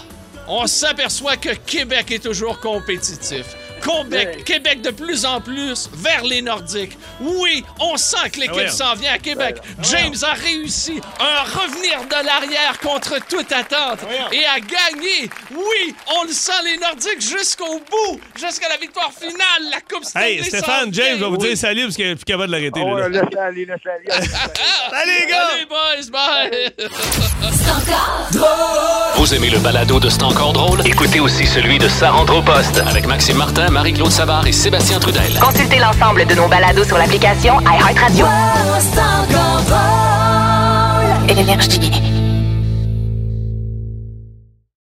S2: on s'aperçoit que Québec est toujours compétitif. Québec,
S4: Ouais.
S2: Québec de plus en plus vers les Nordiques. Oui, on sent que l'équipe
S1: Ah ouais.
S2: s'en vient à Québec. James a réussi à revenir de l'arrière contre toute attente et à gagner. Oui, on le sent les Nordiques jusqu'au bout, jusqu'à la victoire finale. La Coupe Stanley.
S1: Hey, Stéphane, James, va vous dire salut parce qu'il n'est plus capable de l'arrêter.
S4: Oh,
S1: lui, là.
S4: laisse aller, laisse aller.
S1: Allez, les gars!
S2: Allez, boys, bye!
S11: Vous aimez le balado de C'est encore drôle? Écoutez aussi celui de Sa rentre au poste avec Maxime Martin, Marie-Claude Savard et Sébastien Trudel.
S5: Consultez l'ensemble de nos balados sur l'application iHeartRadio. Énergie.